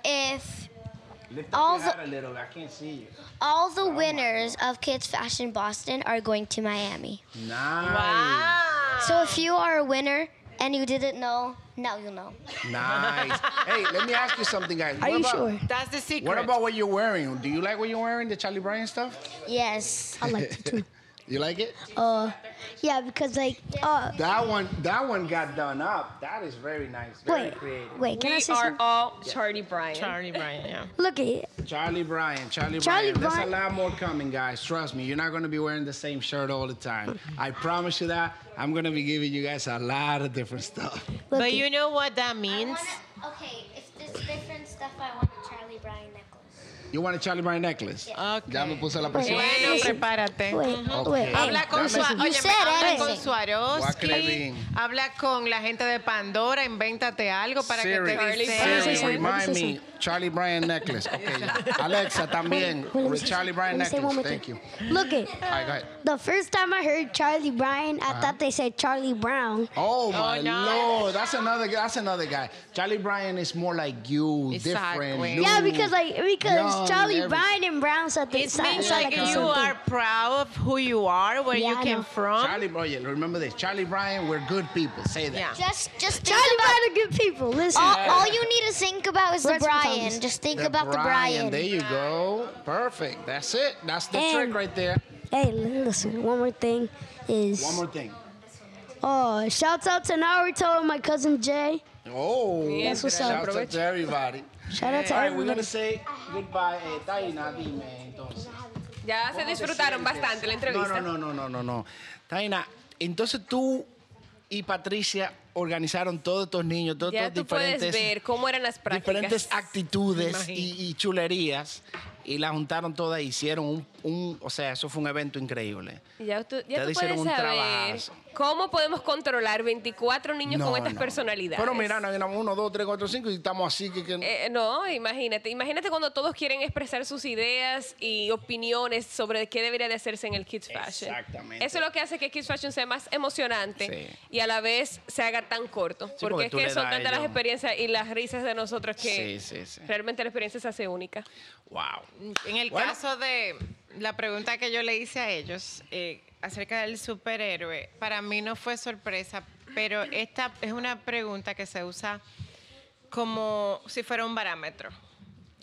Speaker 6: if
Speaker 1: Lift
Speaker 6: All
Speaker 1: up your
Speaker 6: the-
Speaker 1: hat a little. I can't see you.
Speaker 6: all the winners of Kids Fashion Boston are going to Miami.
Speaker 2: Ah!
Speaker 1: Nice.
Speaker 6: So if you are a winner and you didn't know, now you know.
Speaker 1: Nice. hey, let me ask you something, guys. Are
Speaker 4: you sure?
Speaker 2: That's the secret.
Speaker 1: What about what you're wearing? Do you like what you're wearing, the Charlie Bryan stuff?
Speaker 6: Yes.
Speaker 4: I like it too.
Speaker 1: You like it?
Speaker 4: Uh, yeah, because like, uh,
Speaker 1: That one, that one got done up. That is very nice, very
Speaker 4: wait,
Speaker 1: creative.
Speaker 4: wait, can I
Speaker 3: we
Speaker 4: say
Speaker 3: are
Speaker 4: something?
Speaker 3: all Charlie Bryan.
Speaker 2: Charlie Bryan? Yeah.
Speaker 4: Look at it.
Speaker 1: Charlie Bryan, Charlie,
Speaker 4: Charlie
Speaker 1: Bryan. There's a
Speaker 4: Bryan-
Speaker 1: lot more coming, guys. Trust me, you're not gonna be wearing the same shirt all the time. I promise you that. I'm gonna be giving you guys a lot of different stuff.
Speaker 4: Look
Speaker 2: But
Speaker 4: it.
Speaker 2: you know what that means?
Speaker 6: okay, if there's different stuff, I want a Charlie Bryan necklace.
Speaker 1: You want a Charlie Bryan necklace? Ya me
Speaker 2: Okay.
Speaker 1: puse la presión.
Speaker 2: Bueno, prepárate.
Speaker 4: Wait,
Speaker 1: Oh.
Speaker 4: wait.
Speaker 1: Okay.
Speaker 2: Habla con,
Speaker 1: Dame-
Speaker 2: Sua-
Speaker 4: You
Speaker 2: óyeme,
Speaker 4: said
Speaker 2: habla
Speaker 4: everything.
Speaker 2: con Swarovski,
Speaker 1: Guacamole.
Speaker 2: habla con la gente de Pandora, invéntate algo para
Speaker 1: Siri,
Speaker 2: que te
Speaker 3: Charlie
Speaker 2: diseñen.
Speaker 1: Siri,
Speaker 4: Bryan.
Speaker 1: remind me, Charlie Bryan necklace. Okay. Alexa, también,
Speaker 4: Wait, let me
Speaker 1: with
Speaker 4: say
Speaker 1: Charlie
Speaker 4: something.
Speaker 1: Bryan
Speaker 4: Let me say
Speaker 1: necklace.
Speaker 4: one more
Speaker 1: Thank you.
Speaker 4: thing. Look it.
Speaker 1: All right, go ahead.
Speaker 4: The first time I heard Charlie Bryan,
Speaker 1: Uh-huh.
Speaker 4: I thought they said Charlie Brown.
Speaker 1: Oh my
Speaker 2: no.
Speaker 1: lord, that's another that's another guy. Charlie Bryan is more like you, different.
Speaker 2: Exactly.
Speaker 1: new.
Speaker 4: Yeah, because like because
Speaker 1: young,
Speaker 4: Charlie
Speaker 1: everything.
Speaker 4: Bryan and Brown said
Speaker 2: It
Speaker 4: they
Speaker 2: means
Speaker 4: sound
Speaker 2: like
Speaker 4: like the
Speaker 2: you
Speaker 4: same thing.
Speaker 2: are proud of who you are, where
Speaker 4: Yeah,
Speaker 2: you
Speaker 4: I
Speaker 2: came
Speaker 4: know.
Speaker 2: from.
Speaker 1: Charlie Bryan, remember this. Charlie Bryan, we're good people. Say that.
Speaker 2: Yeah.
Speaker 6: Just just think
Speaker 4: Charlie
Speaker 6: about
Speaker 4: Brown are good people. Listen.
Speaker 6: all, all you need to think about is the
Speaker 4: Words from
Speaker 6: Brian.
Speaker 4: Thomas.
Speaker 6: Just think about the Brian.
Speaker 1: There you go. Perfect. That's it. That's the
Speaker 4: And-
Speaker 1: trick right there.
Speaker 4: Hey, li- listen. One more thing is.
Speaker 1: One more thing.
Speaker 4: Oh, shouts out to Naruto and my cousin Jay.
Speaker 1: Oh,
Speaker 4: That's what's up.
Speaker 1: Shout out to everybody.
Speaker 4: Shout out to
Speaker 1: All right, we're
Speaker 4: everybody.
Speaker 1: gonna say goodbye. Eh, Taina, dime entonces.
Speaker 3: Ya se disfrutaron bastante la
Speaker 1: No, no,
Speaker 3: entrevista.
Speaker 1: no, no, no, no, no. Taina, entonces tú y Patricia organizaron todos estos niños, todos
Speaker 3: Ya
Speaker 1: estos
Speaker 3: tú puedes
Speaker 1: diferentes.
Speaker 3: ver cómo eran las prácticas.
Speaker 1: diferentes actitudes
Speaker 2: Imagino.
Speaker 1: y, y chulerías y las juntaron todas y hicieron un, un- o sea, eso fue un evento increíble.
Speaker 3: Ya tú, ya
Speaker 1: Ustedes
Speaker 3: tú
Speaker 1: hicieron
Speaker 3: puedes
Speaker 1: un
Speaker 3: saber
Speaker 1: trabajazo.
Speaker 3: cómo podemos controlar 24 niños
Speaker 1: No,
Speaker 3: con estas
Speaker 1: no.
Speaker 3: personalidades.
Speaker 1: Pero mira, no, éramos uno, dos, tres, cuatro, cinco y estamos así que, que-
Speaker 3: Eh, no, imagínate, imagínate cuando todos quieren expresar sus ideas y opiniones sobre qué debería de hacerse en el Kids Fashion.
Speaker 1: Exactamente.
Speaker 3: Eso es lo que hace que Kids Fashion sea más emocionante
Speaker 1: Sí.
Speaker 3: y a la vez se haga tan corto, porque,
Speaker 1: porque
Speaker 3: es
Speaker 1: tú
Speaker 3: que
Speaker 1: le
Speaker 3: son
Speaker 1: das a
Speaker 3: tantas las
Speaker 1: ellos-
Speaker 3: experiencias y las risas de nosotros
Speaker 1: Sí,
Speaker 3: que
Speaker 1: sí, sí.
Speaker 3: realmente la experiencia se hace única.
Speaker 1: Wow.
Speaker 2: En el
Speaker 1: Bueno.
Speaker 2: caso de la pregunta que yo le hice a ellos eh, acerca del superhéroe, para mí no fue sorpresa, pero esta es una pregunta que se usa como si fuera un barómetro.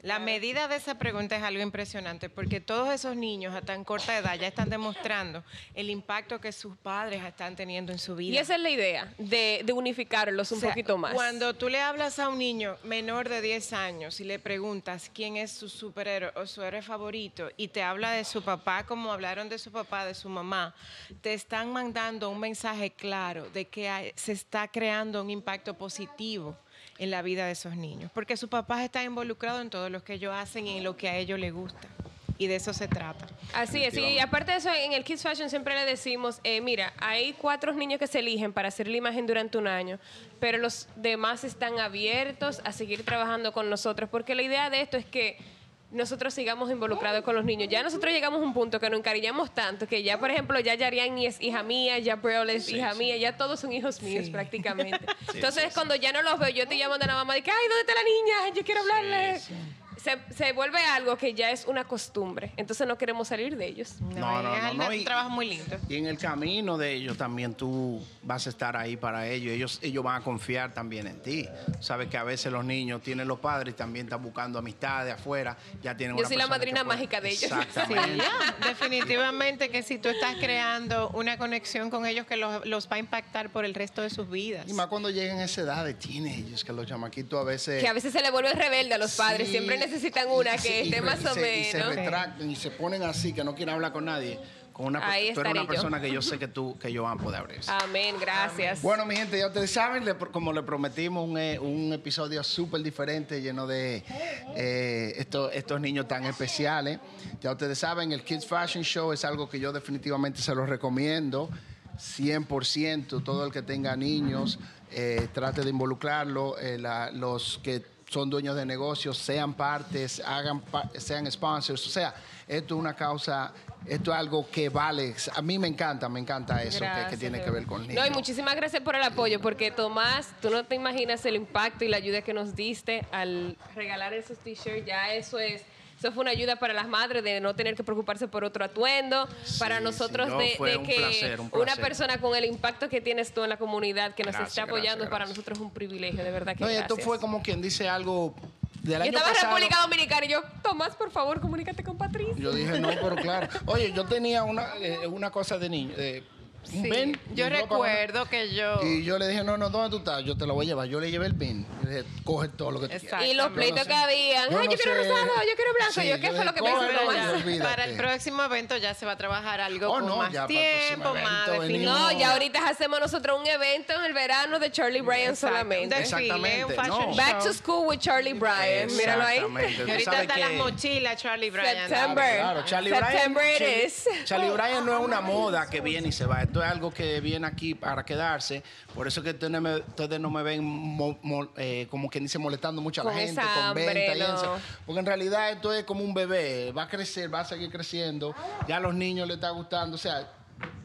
Speaker 2: La medida de esa pregunta es algo impresionante porque todos esos niños a tan corta edad ya están demostrando el impacto que sus padres están teniendo en su vida.
Speaker 3: Y esa es la idea, de, de unificarlos un
Speaker 2: O sea,
Speaker 3: poquito más.
Speaker 2: Cuando tú le hablas a un niño menor de 10 años y le preguntas quién es su superhéroe o su héroe favorito y te habla de su papá como hablaron de su papá, de su mamá, te están mandando un mensaje claro de que hay- se está creando un impacto positivo en la vida de esos niños, porque su papá está involucrado en todo lo que ellos hacen y en lo que a ellos les gusta. Y de eso se trata.
Speaker 3: Así es, y aparte de eso, en el Kids Fashion siempre le decimos, eh, mira, hay cuatro niños que se eligen para hacer la imagen durante un año, pero los demás están abiertos a seguir trabajando con nosotros, porque la idea de esto es que nosotros sigamos involucrados con los niños. Ya nosotros llegamos a un punto que nos encariñamos tanto, que ya, por ejemplo, ya Yarian es hija mía, ya Breol es hija mía, ya todos son hijos míos prácticamente. Entonces, cuando ya no los veo, yo te llamo de la mamá de que, ay, ¿dónde está la niña? Yo quiero hablarle. Se, se vuelve algo que ya es una costumbre. Entonces no queremos salir de ellos.
Speaker 1: No, no,
Speaker 2: es
Speaker 1: no,
Speaker 2: algo-
Speaker 1: no,
Speaker 2: un
Speaker 1: y-
Speaker 2: trabajo muy lindo.
Speaker 1: Y en el camino de ellos también tú vas a estar ahí para ellos. Ellos, ellos van a confiar también en ti. Sabes que a veces los niños tienen los padres y también están buscando amistades afuera. Ya tienen
Speaker 3: Yo
Speaker 1: una
Speaker 3: soy la
Speaker 1: persona
Speaker 3: madrina
Speaker 1: que puede-
Speaker 3: mágica de ellos.
Speaker 2: Sí,
Speaker 1: Exactamente.
Speaker 2: definitivamente que si tú estás creando una conexión con ellos que los, los va a impactar por el resto de sus vidas.
Speaker 1: Y más cuando llegan a esa edad de teenagers, que los chamaquitos a veces...
Speaker 3: Que a veces se le vuelve rebelde a los padres.
Speaker 1: Sí,
Speaker 3: Siempre necesitan
Speaker 1: y
Speaker 3: una
Speaker 1: se-
Speaker 3: que
Speaker 1: y
Speaker 3: esté
Speaker 1: re-
Speaker 3: más
Speaker 1: y
Speaker 3: o
Speaker 1: se- Y se
Speaker 3: menos.
Speaker 1: retractan y se ponen así, que no quieren hablar con nadie. Con una,
Speaker 3: Ahí
Speaker 1: tú eres
Speaker 3: estaré
Speaker 1: una
Speaker 3: yo.
Speaker 1: persona que yo sé que tú que yo amo de abrirse.
Speaker 3: Amén, gracias.
Speaker 1: Bueno, mi gente, ya ustedes saben, le- como le prometimos, un, eh, un episodio súper diferente, lleno de eh, estos, estos niños tan especiales. Ya ustedes saben, el Kids Fashion Show es algo que yo definitivamente se los recomiendo. 100%, todo el que tenga niños, eh, trate de involucrarlo. Eh, la- los que son dueños de negocios, sean partes, hagan pa- sean sponsors. O sea, esto es una causa, esto es algo que vale. A mí me encanta, me encanta eso que- que,
Speaker 3: Gracias,
Speaker 1: tiene
Speaker 3: de
Speaker 1: que ver
Speaker 3: verdad.
Speaker 1: con niños.
Speaker 3: No, y muchísimas gracias por el apoyo, porque Tomás, tú no te imaginas el impacto y la ayuda que nos diste al regalar esos t-shirts. Ya eso es. Eso fue una ayuda para las madres de no tener que preocuparse por otro atuendo, para
Speaker 1: sí,
Speaker 3: nosotros
Speaker 1: no,
Speaker 3: de,
Speaker 1: fue
Speaker 3: de
Speaker 1: un
Speaker 3: que
Speaker 1: placer, un
Speaker 3: una
Speaker 1: placer.
Speaker 3: persona con el impacto que tienes tú en la comunidad que nos
Speaker 1: Gracias,
Speaker 3: está apoyando
Speaker 1: gracias,
Speaker 3: para
Speaker 1: gracias.
Speaker 3: nosotros es un privilegio, de verdad que
Speaker 1: No, y
Speaker 3: gracias.
Speaker 1: esto fue como quien dice algo del
Speaker 3: yo
Speaker 1: año
Speaker 3: estaba en
Speaker 1: pasado.
Speaker 3: República Dominicana y yo, Tomás, por favor, comunícate con Patricia.
Speaker 1: Yo dije, no, pero claro. Oye, yo tenía una, eh, una cosa de niño. eh, un
Speaker 2: Sí,
Speaker 1: pin.
Speaker 2: yo
Speaker 1: mi ropa,
Speaker 2: recuerdo que yo.
Speaker 1: una- Y yo le dije, no, no, ¿dónde tú estás? Yo te lo voy a llevar. Yo le llevé el pin. Y le dije, coge todo lo que tú quieras.
Speaker 2: Exacto.
Speaker 3: Y los
Speaker 2: Yo
Speaker 3: pleitos
Speaker 1: no sé.
Speaker 3: que habían,
Speaker 1: Yo
Speaker 3: ay,
Speaker 1: no
Speaker 3: yo quiero
Speaker 1: sé.
Speaker 3: rosado, yo quiero blanco.
Speaker 1: Sí,
Speaker 3: yo, ¿qué
Speaker 1: yo
Speaker 3: fue lo
Speaker 1: dije,
Speaker 3: que me hizo
Speaker 1: "Cógelo,
Speaker 2: Pero
Speaker 1: Ay,
Speaker 2: ya,
Speaker 1: y
Speaker 3: Tomás?
Speaker 1: olvídate.
Speaker 2: para el próximo evento ya se va a trabajar algo
Speaker 1: Oh,
Speaker 2: con
Speaker 1: no,
Speaker 2: más
Speaker 1: ya para el próximo
Speaker 2: tiempo, más
Speaker 1: evento venimos.
Speaker 2: definido.
Speaker 3: No, ya ahorita hacemos nosotros un evento en el verano de Charlie Bryan
Speaker 2: Exacto.
Speaker 3: solamente.
Speaker 2: Un desfile,
Speaker 1: Exactamente,
Speaker 2: un fashion
Speaker 1: no.
Speaker 2: show.
Speaker 3: Back to school with Charlie Bryan. Míralo ahí.
Speaker 1: Exactamente.
Speaker 2: eh, Y
Speaker 1: Tú
Speaker 2: ahorita
Speaker 1: sabes
Speaker 2: están
Speaker 1: que-
Speaker 2: las mochilas, Charlie Bryan.
Speaker 3: September.
Speaker 1: Claro, Charlie
Speaker 3: September
Speaker 1: Bryan,
Speaker 3: it
Speaker 1: Charlie-
Speaker 3: is.
Speaker 1: Charlie Bryan no es una moda que viene y se va. Esto es algo que viene aquí para quedarse. Por eso que ustedes no me, ustedes no me ven mo- mo- eh, como quien dice molestando mucho a la
Speaker 3: Con
Speaker 1: gente
Speaker 3: esa
Speaker 1: con
Speaker 3: hambre,
Speaker 1: venta y
Speaker 3: no.
Speaker 1: eso. Porque en realidad esto es como un bebé. Va a crecer, va a seguir creciendo. Ya a los niños les está gustando. O sea,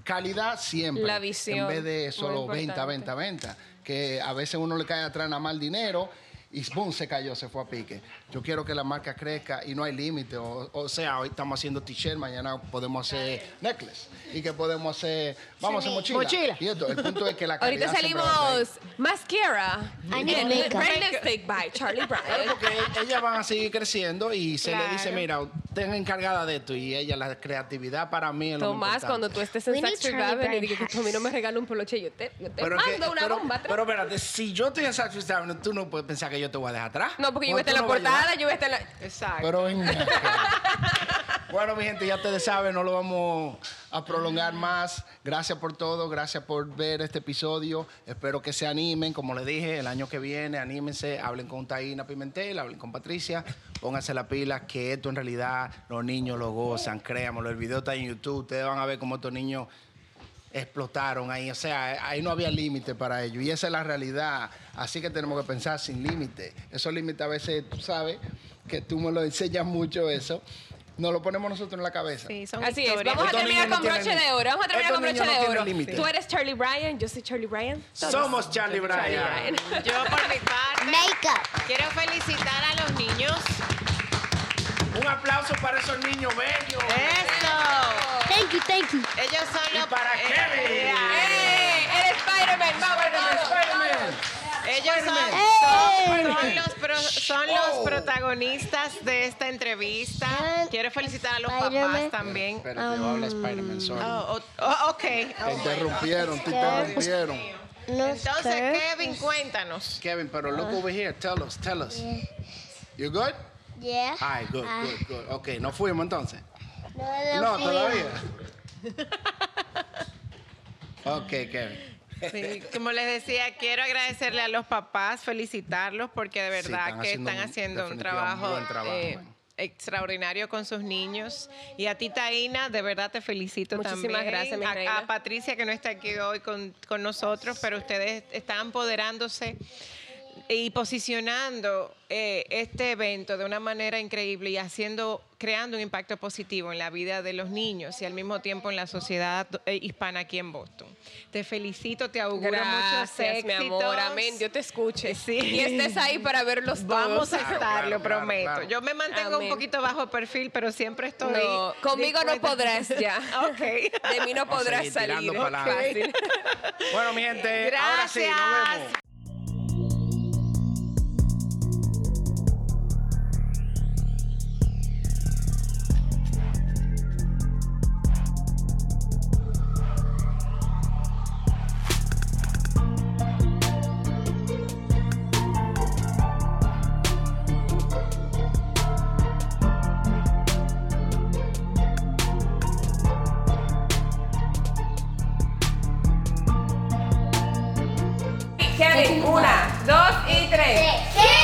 Speaker 1: calidad siempre.
Speaker 3: La visión,
Speaker 1: En vez de
Speaker 3: muy
Speaker 1: solo venta,
Speaker 3: importante.
Speaker 1: venta, venta. Que a veces uno le cae atrás nada más el dinero y boom, se cayó, se fue a pique. Yo quiero que la marca crezca y no hay límite. O, o sea, hoy estamos haciendo t-shirt, mañana podemos hacer necklace. Y que podemos hacer, vamos a hacer mochila.
Speaker 2: Mochila.
Speaker 1: Y esto, el punto es que la calidad
Speaker 3: Ahorita
Speaker 1: siempre va a estar ahí.
Speaker 3: salimos mascara.
Speaker 6: I need
Speaker 3: and
Speaker 6: makeup.
Speaker 3: Breakfast Steak by Charlie Bryan.
Speaker 1: Porque e- ellas van a seguir creciendo y se le dice,
Speaker 2: Claro.
Speaker 1: mira, ten encargada de esto. Y ella, la creatividad para mí es lo más
Speaker 3: Tomás,
Speaker 1: importante.
Speaker 3: cuando tú estés en
Speaker 4: We need
Speaker 3: Saks Fifth
Speaker 4: Charlie
Speaker 3: Avenue y
Speaker 4: Bryan
Speaker 3: digas, tú a mí no me regalo un peluche, yo te, yo te
Speaker 1: Pero, que-
Speaker 3: mando una
Speaker 1: pero-
Speaker 3: bomba. atrás.
Speaker 1: pero espérate, si yo estoy en Saks Fifth Avenue, tú no puedes pensar que yo te voy a dejar atrás.
Speaker 3: no, porque yo voy a
Speaker 1: Porque
Speaker 3: estar en la
Speaker 1: tú no vas a
Speaker 3: portada, yo voy a estar en la...
Speaker 2: Exacto.
Speaker 1: Pero ven acá. Bueno, mi gente, ya ustedes saben, no lo vamos a prolongar más. Gracias por todo, gracias por ver este episodio. Espero que se animen, como les dije, el año que viene, anímense, hablen con Taina Pimentel, hablen con Patricia, pónganse la pila, que esto en realidad los niños lo gozan, créanmelo. El video está en YouTube, ustedes van a ver cómo estos niños explotaron ahí. O sea, ahí no había límite para ellos. Y esa es la realidad. Así que tenemos que pensar sin límite. Esos límites a veces, tú sabes, que tú me lo enseñas mucho eso. Nos lo ponemos nosotros en la cabeza.
Speaker 2: Sí, son
Speaker 3: Así es,
Speaker 2: historias.
Speaker 3: vamos a
Speaker 1: Estos
Speaker 3: terminar
Speaker 1: niños
Speaker 3: con
Speaker 1: no
Speaker 3: broche
Speaker 1: tienen-
Speaker 3: de oro. Vamos a terminar
Speaker 1: estos
Speaker 3: con broche
Speaker 1: niños no
Speaker 3: de
Speaker 1: tienen
Speaker 3: oro.
Speaker 1: límite.
Speaker 3: Tú eres Charlie Bryan, yo soy Charlie Bryan. todos
Speaker 1: Somos Charlie Bryan.
Speaker 2: Yo, por mi parte,
Speaker 6: Makeup.
Speaker 2: quiero felicitar a los niños.
Speaker 1: Un aplauso para esos niños bellos.
Speaker 2: ¡Eso!
Speaker 4: Thank you, thank you.
Speaker 2: Ellos son
Speaker 1: Y
Speaker 2: los...
Speaker 1: para
Speaker 2: eh,
Speaker 1: Kevin.
Speaker 3: ¡Eh! ¡Eres Spider-Man! ¡Vamos,
Speaker 1: Spider-Man,
Speaker 3: vamos!
Speaker 1: Spider-man.
Speaker 2: eh, Ellos son,
Speaker 4: Spider-Man.
Speaker 2: son- son los pro- son los
Speaker 1: Oh.
Speaker 2: protagonistas de esta entrevista. Quiero felicitar a los papás
Speaker 7: Spider-Man.
Speaker 2: también.
Speaker 1: Espérate, yo hablo Spider-Man, sorry.
Speaker 2: Oh, oh, oh, ok.
Speaker 1: Te interrumpieron, te interrumpieron.
Speaker 7: No
Speaker 2: Entonces,
Speaker 7: sir.
Speaker 2: Kevin, cuéntanos.
Speaker 1: Kevin, pero look over here. Tell us, tell us. You good?
Speaker 7: Yeah.
Speaker 1: Ay, good, good, good. Ok, no fuimos entonces.
Speaker 7: No,
Speaker 1: No, todavía. ok, Kevin.
Speaker 2: Sí, como les decía, quiero agradecerle a los papás, felicitarlos porque de
Speaker 1: Sí,
Speaker 2: verdad
Speaker 1: están
Speaker 2: que
Speaker 1: haciendo
Speaker 2: están
Speaker 1: un-
Speaker 2: haciendo un
Speaker 1: definitivamente un
Speaker 2: trabajo,
Speaker 1: buen trabajo,
Speaker 2: eh,
Speaker 1: man.
Speaker 2: extraordinario con sus niños. Y a ti, Taina, de verdad te felicito
Speaker 3: Muchísimas
Speaker 2: también.
Speaker 3: gracias, mi
Speaker 2: A-
Speaker 3: reina.
Speaker 2: a, Patricia, que no está aquí hoy con, con nosotros, pero ustedes están empoderándose y posicionando eh, este evento de una manera increíble y haciendo, creando un impacto positivo en la vida de los niños y al mismo tiempo en la sociedad eh, hispana aquí en Boston. Te felicito, te auguro muchos
Speaker 3: Gracias,
Speaker 2: éxitos.
Speaker 3: mi amor. Amén. Dios te escuche.
Speaker 2: Sí.
Speaker 3: Y estés ahí para verlos todos.
Speaker 2: Vamos a
Speaker 1: Claro,
Speaker 2: estar,
Speaker 1: claro,
Speaker 2: lo
Speaker 1: claro,
Speaker 2: prometo.
Speaker 1: claro.
Speaker 2: Yo me mantengo
Speaker 3: Amén.
Speaker 2: un poquito bajo perfil, pero siempre estoy.
Speaker 3: No, conmigo no
Speaker 2: dispuesta.
Speaker 3: podrás ya.
Speaker 2: ok.
Speaker 3: De mí no
Speaker 1: Vamos a
Speaker 3: podrás
Speaker 1: seguir tirando
Speaker 3: salir.
Speaker 1: para adelante.
Speaker 3: Fácil.
Speaker 1: Bueno, mi gente, ahora sí, nos
Speaker 2: Gracias.
Speaker 1: vemos.
Speaker 3: Kevin, una, dos y tres.
Speaker 8: ¿Qué?